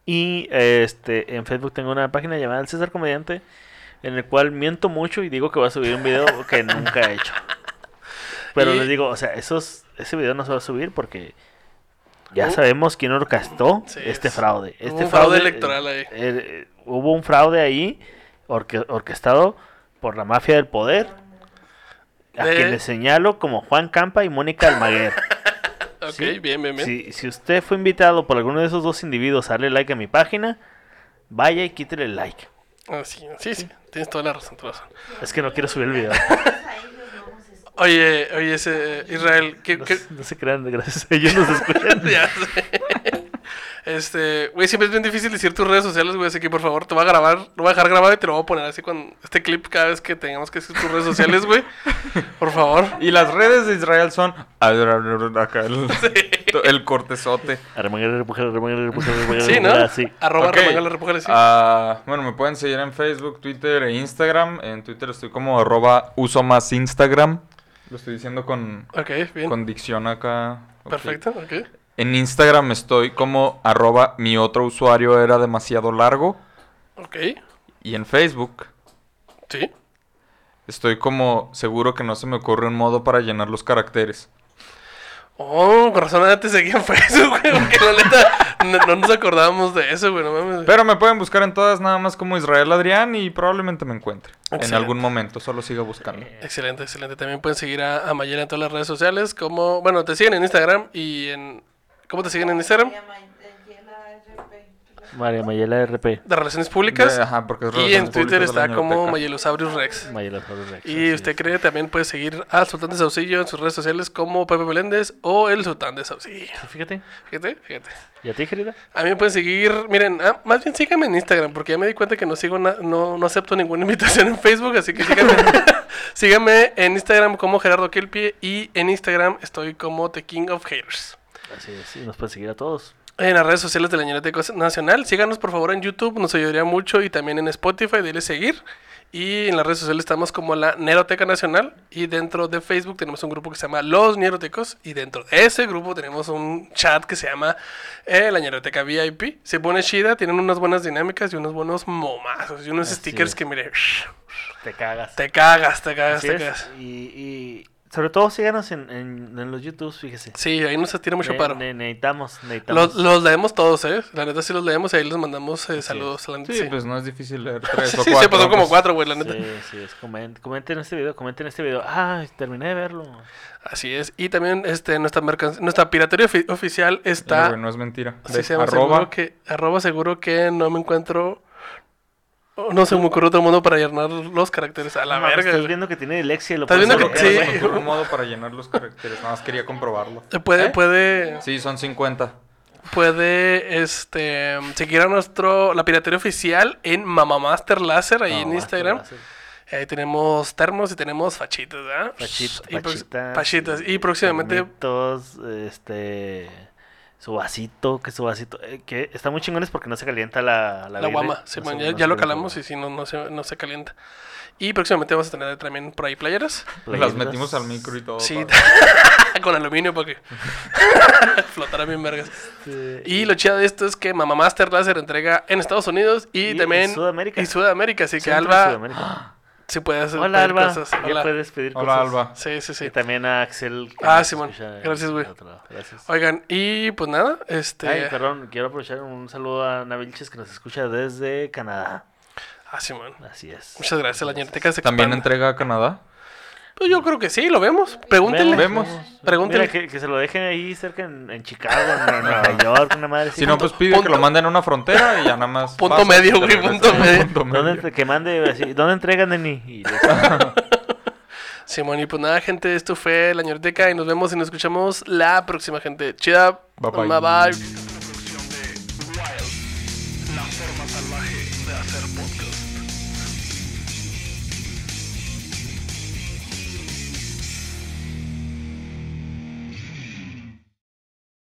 Speaker 5: Y este, en Facebook tengo una página llamada El César Comediante. En el cual miento mucho y digo que voy a subir un video
Speaker 4: [LAUGHS]
Speaker 5: que nunca he hecho. Pero
Speaker 4: Y-
Speaker 5: les digo, o sea, esos, ese video no se va a subir porque ya sabemos quién orquestó
Speaker 4: Sí,
Speaker 5: este
Speaker 4: es-
Speaker 5: fraude.
Speaker 4: hubo
Speaker 5: Este
Speaker 4: un fraude electoral ahí.
Speaker 5: eh, eh, hubo un fraude ahí orque- orquestado por la mafia del poder. A
Speaker 4: De-
Speaker 5: quien le señalo como Juan Campa y Mónica Almaguer.
Speaker 4: Ok,
Speaker 5: Sí,
Speaker 4: bien, bien, bien.
Speaker 5: Si, si usted fue invitado por alguno de esos dos individuos a darle like a mi página, vaya y quítele el like.
Speaker 4: Ah, sí, sí, sí, tienes toda la razón, toda la razón.
Speaker 5: Es que no quiero subir el video.
Speaker 4: Oye, oye, ese, eh, Israel, [LAUGHS] ¿qué,
Speaker 5: No,
Speaker 4: qué- [LAUGHS]
Speaker 5: se- no se crean, gracias a ellos nos escuchan.
Speaker 4: Ya sé. Este, güey, siempre es bien difícil decir tus redes sociales, güey, así que por favor, te voy a grabar, lo voy a dejar grabado y te lo voy a poner así con este clip cada vez que tengamos que decir tus redes sociales, güey. Por favor.
Speaker 6: Y las redes de Israel son. Acá
Speaker 4: [LAUGHS]
Speaker 6: el, el cortezote.
Speaker 5: Arremangar, repujar, arremangar, repujar, arremangar,
Speaker 4: Ah, Sí, ¿no?
Speaker 5: repujar, así.
Speaker 4: Arroba
Speaker 6: Ok.
Speaker 4: Ramangala Repújales, sí.
Speaker 6: Ah, bueno, me pueden seguir en Facebook, Twitter e Instagram. En Twitter estoy como arroba uso más Instagram. Lo estoy diciendo con,
Speaker 4: Ok, bien.
Speaker 6: con dicción acá. ok.
Speaker 4: Perfecto, ok.
Speaker 6: En Instagram estoy como arroba mi otro usuario era demasiado largo.
Speaker 4: Ok,
Speaker 6: Y en Facebook
Speaker 4: sí.
Speaker 6: estoy como seguro que no se me ocurre un modo para llenar los caracteres.
Speaker 4: Oh, con razón antes seguía en Facebook, güey, porque la neta no, no nos acordábamos de eso, güey, no mames.
Speaker 6: Pero me pueden buscar en todas nada más como Israel Adrián y probablemente me encuentre. En
Speaker 4: Excelente. Eh,
Speaker 6: algún momento, solo siga buscando.
Speaker 4: Excelente, excelente. También pueden seguir a, a Mayela en todas las redes sociales, como, bueno, te siguen en Instagram y en... ¿Cómo te siguen en Instagram?
Speaker 5: María Mayela RP.
Speaker 4: De Relaciones Públicas.
Speaker 6: De- ajá, porque es
Speaker 4: y en
Speaker 6: Relaciones
Speaker 4: Twitter
Speaker 6: Públicas de la
Speaker 4: está como
Speaker 6: Ñeroteca.
Speaker 4: Mayelosaurius Rex.
Speaker 5: Mayela Flores Rex, así
Speaker 4: Y
Speaker 5: es.
Speaker 4: usted cree también puede seguir al Sultán de Saucillo en sus redes sociales como Pepe Meléndez o el Sultán de Saucillo.
Speaker 5: Fíjate.
Speaker 4: Fíjate, fíjate.
Speaker 5: ¿Y a ti, querida?
Speaker 4: A mí me pueden seguir, miren, ah, más bien síganme en Instagram, porque ya me di cuenta que no sigo, na- no, no acepto ninguna [LAUGHS] invitación en Facebook, así que síganme, [LAUGHS] síganme en Instagram como Gerardo Kelpie y en Instagram estoy como The King of Haters.
Speaker 5: Así es. Y nos pueden seguir a todos.
Speaker 4: En las redes sociales de la Ñeroteca Nacional, síganos por favor en YouTube, nos ayudaría mucho y también en Spotify, dile seguir. Y en las redes sociales estamos como la Neroteca Nacional y dentro de Facebook tenemos un grupo que se llama Los Nerotecos y dentro de ese grupo tenemos un chat que se llama eh, la Ñeroteca VIP. Se pone chida, tienen unas buenas dinámicas y unos buenos momazos y unos
Speaker 5: Así
Speaker 4: stickers
Speaker 5: es.
Speaker 4: que mire,
Speaker 5: Te cagas.
Speaker 4: te cagas, te cagas,
Speaker 5: Así
Speaker 4: te
Speaker 5: es,
Speaker 4: cagas.
Speaker 5: Y, y sobre todo síganos en, en, en los YouTube, fíjese.
Speaker 4: Sí, ahí nos tira mucho
Speaker 5: Ne-
Speaker 4: paro.
Speaker 5: ne- necesitamos, necesitamos.
Speaker 4: Los, los leemos todos, ¿eh? La neta sí los leemos y ahí les mandamos eh, saludos. la neta,
Speaker 6: Sí,
Speaker 4: sí.
Speaker 6: pues no es
Speaker 4: [LAUGHS]
Speaker 6: difícil leer tres
Speaker 4: Sí,
Speaker 6: o
Speaker 4: sí,
Speaker 6: cuatro,
Speaker 4: se pasó como
Speaker 6: pues.
Speaker 4: cuatro, güey, la neta.
Speaker 5: Sí, sí, es, comen- comenten este video, comenten este video. Ay, terminé de verlo.
Speaker 4: Así es. Y también este, nuestra, mercan- nuestra piratería ofi- oficial
Speaker 6: Mira,
Speaker 4: está...
Speaker 6: güey, no es mentira.
Speaker 4: sí,
Speaker 6: Ve,
Speaker 4: se llama
Speaker 6: arroba
Speaker 4: seguro que, arroba seguro que no me encuentro... oh, No se me ocurre otro mundo para llenar los caracteres. A la
Speaker 5: No mames,
Speaker 4: verga.
Speaker 5: Estás
Speaker 4: güey.
Speaker 5: viendo que tiene dilexia y lo
Speaker 4: Estás
Speaker 5: puedes
Speaker 4: viendo que-
Speaker 5: bloquear,
Speaker 4: sí.
Speaker 5: güey.
Speaker 6: Tengo un modo para llenar los caracteres. Nada más quería comprobarlo.
Speaker 4: Eh, Puede,
Speaker 6: ¿Eh?
Speaker 4: puede,
Speaker 6: Sí, son 50.
Speaker 4: puede, este, seguir a nuestro, la piratería oficial en Mamamaster Láser, ahí
Speaker 5: No,
Speaker 4: en
Speaker 5: basta,
Speaker 4: Instagram.
Speaker 5: basta.
Speaker 4: Ahí tenemos termos y tenemos fachitas, ¿verdad?
Speaker 5: Pachit-
Speaker 4: Y prox-
Speaker 5: pachitas,
Speaker 4: Pachitas. Y próximamente
Speaker 5: termitos, este. Su vasito, que su vasito. eh, que está muy chingones porque no se calienta la La,
Speaker 4: La
Speaker 5: birria,
Speaker 4: guama, sí,
Speaker 5: no
Speaker 4: man,
Speaker 5: se- no se
Speaker 4: ya, ya lo
Speaker 5: calienta la
Speaker 4: calamos y
Speaker 5: guama.
Speaker 4: si no, no se, no se calienta. Y próximamente vamos a tener también por ahí playeras. [LAUGHS]
Speaker 6: Las metimos al micro y todo.
Speaker 4: Sí,
Speaker 6: padre.
Speaker 4: con aluminio para que [LAUGHS] flotara bien vergas.
Speaker 5: Este,
Speaker 4: Y lo chido de esto es que Mamá Master Láser entrega en Estados Unidos y,
Speaker 5: Y
Speaker 4: también...
Speaker 5: en Sudamérica.
Speaker 4: Y Sudamérica, así que
Speaker 5: Centro y
Speaker 4: Alba
Speaker 5: Sudamérica.
Speaker 4: [GASPS] sí puede hacer
Speaker 5: Hola,
Speaker 4: pedir
Speaker 5: Alba.
Speaker 4: cosas.
Speaker 5: Ya
Speaker 4: Hola.
Speaker 5: puedes pedir cosas.
Speaker 6: Hola, Alba.
Speaker 4: Sí, sí,
Speaker 5: Y
Speaker 4: sí.
Speaker 5: también a Axel. que
Speaker 4: Ah,
Speaker 5: nos
Speaker 4: Simón.
Speaker 5: escucha
Speaker 4: Gracias, güey.
Speaker 5: del otro lado. Gracias.
Speaker 4: Oigan, y pues nada, este...
Speaker 5: Ay, perdón, quiero aprovechar un saludo a Ana Vilches que nos escucha desde Canadá.
Speaker 4: Ah, sí, man.
Speaker 5: Así es.
Speaker 4: Muchas gracias, la ñerteca se
Speaker 6: También
Speaker 4: expande.
Speaker 6: entrega a Canadá.
Speaker 4: Pues yo creo que sí, lo vemos. Pregúntenle.
Speaker 6: Vemos.
Speaker 4: Pregúntenle.
Speaker 5: Mira, que, que se lo dejen ahí cerca en, en Chicago,
Speaker 6: [LAUGHS]
Speaker 5: en Nueva York, una madre. así.
Speaker 6: Si no, pues pide
Speaker 4: punto-
Speaker 6: que lo manden a una frontera y ya nada más.
Speaker 4: Punto
Speaker 6: pasa y
Speaker 4: medio,
Speaker 6: te
Speaker 4: güey,
Speaker 6: regresa.
Speaker 4: punto medio.
Speaker 5: ¿Dónde, entre- que mande, así, ¿dónde entregan, Denny?
Speaker 6: [LAUGHS]
Speaker 5: Y les-
Speaker 4: Simón, y pues nada, gente, esto fue la ñorteca y nos vemos y nos escuchamos la próxima, gente. Chida.
Speaker 6: Bye, bye.
Speaker 4: bye.
Speaker 1: La forma salvaje de hacer podcast.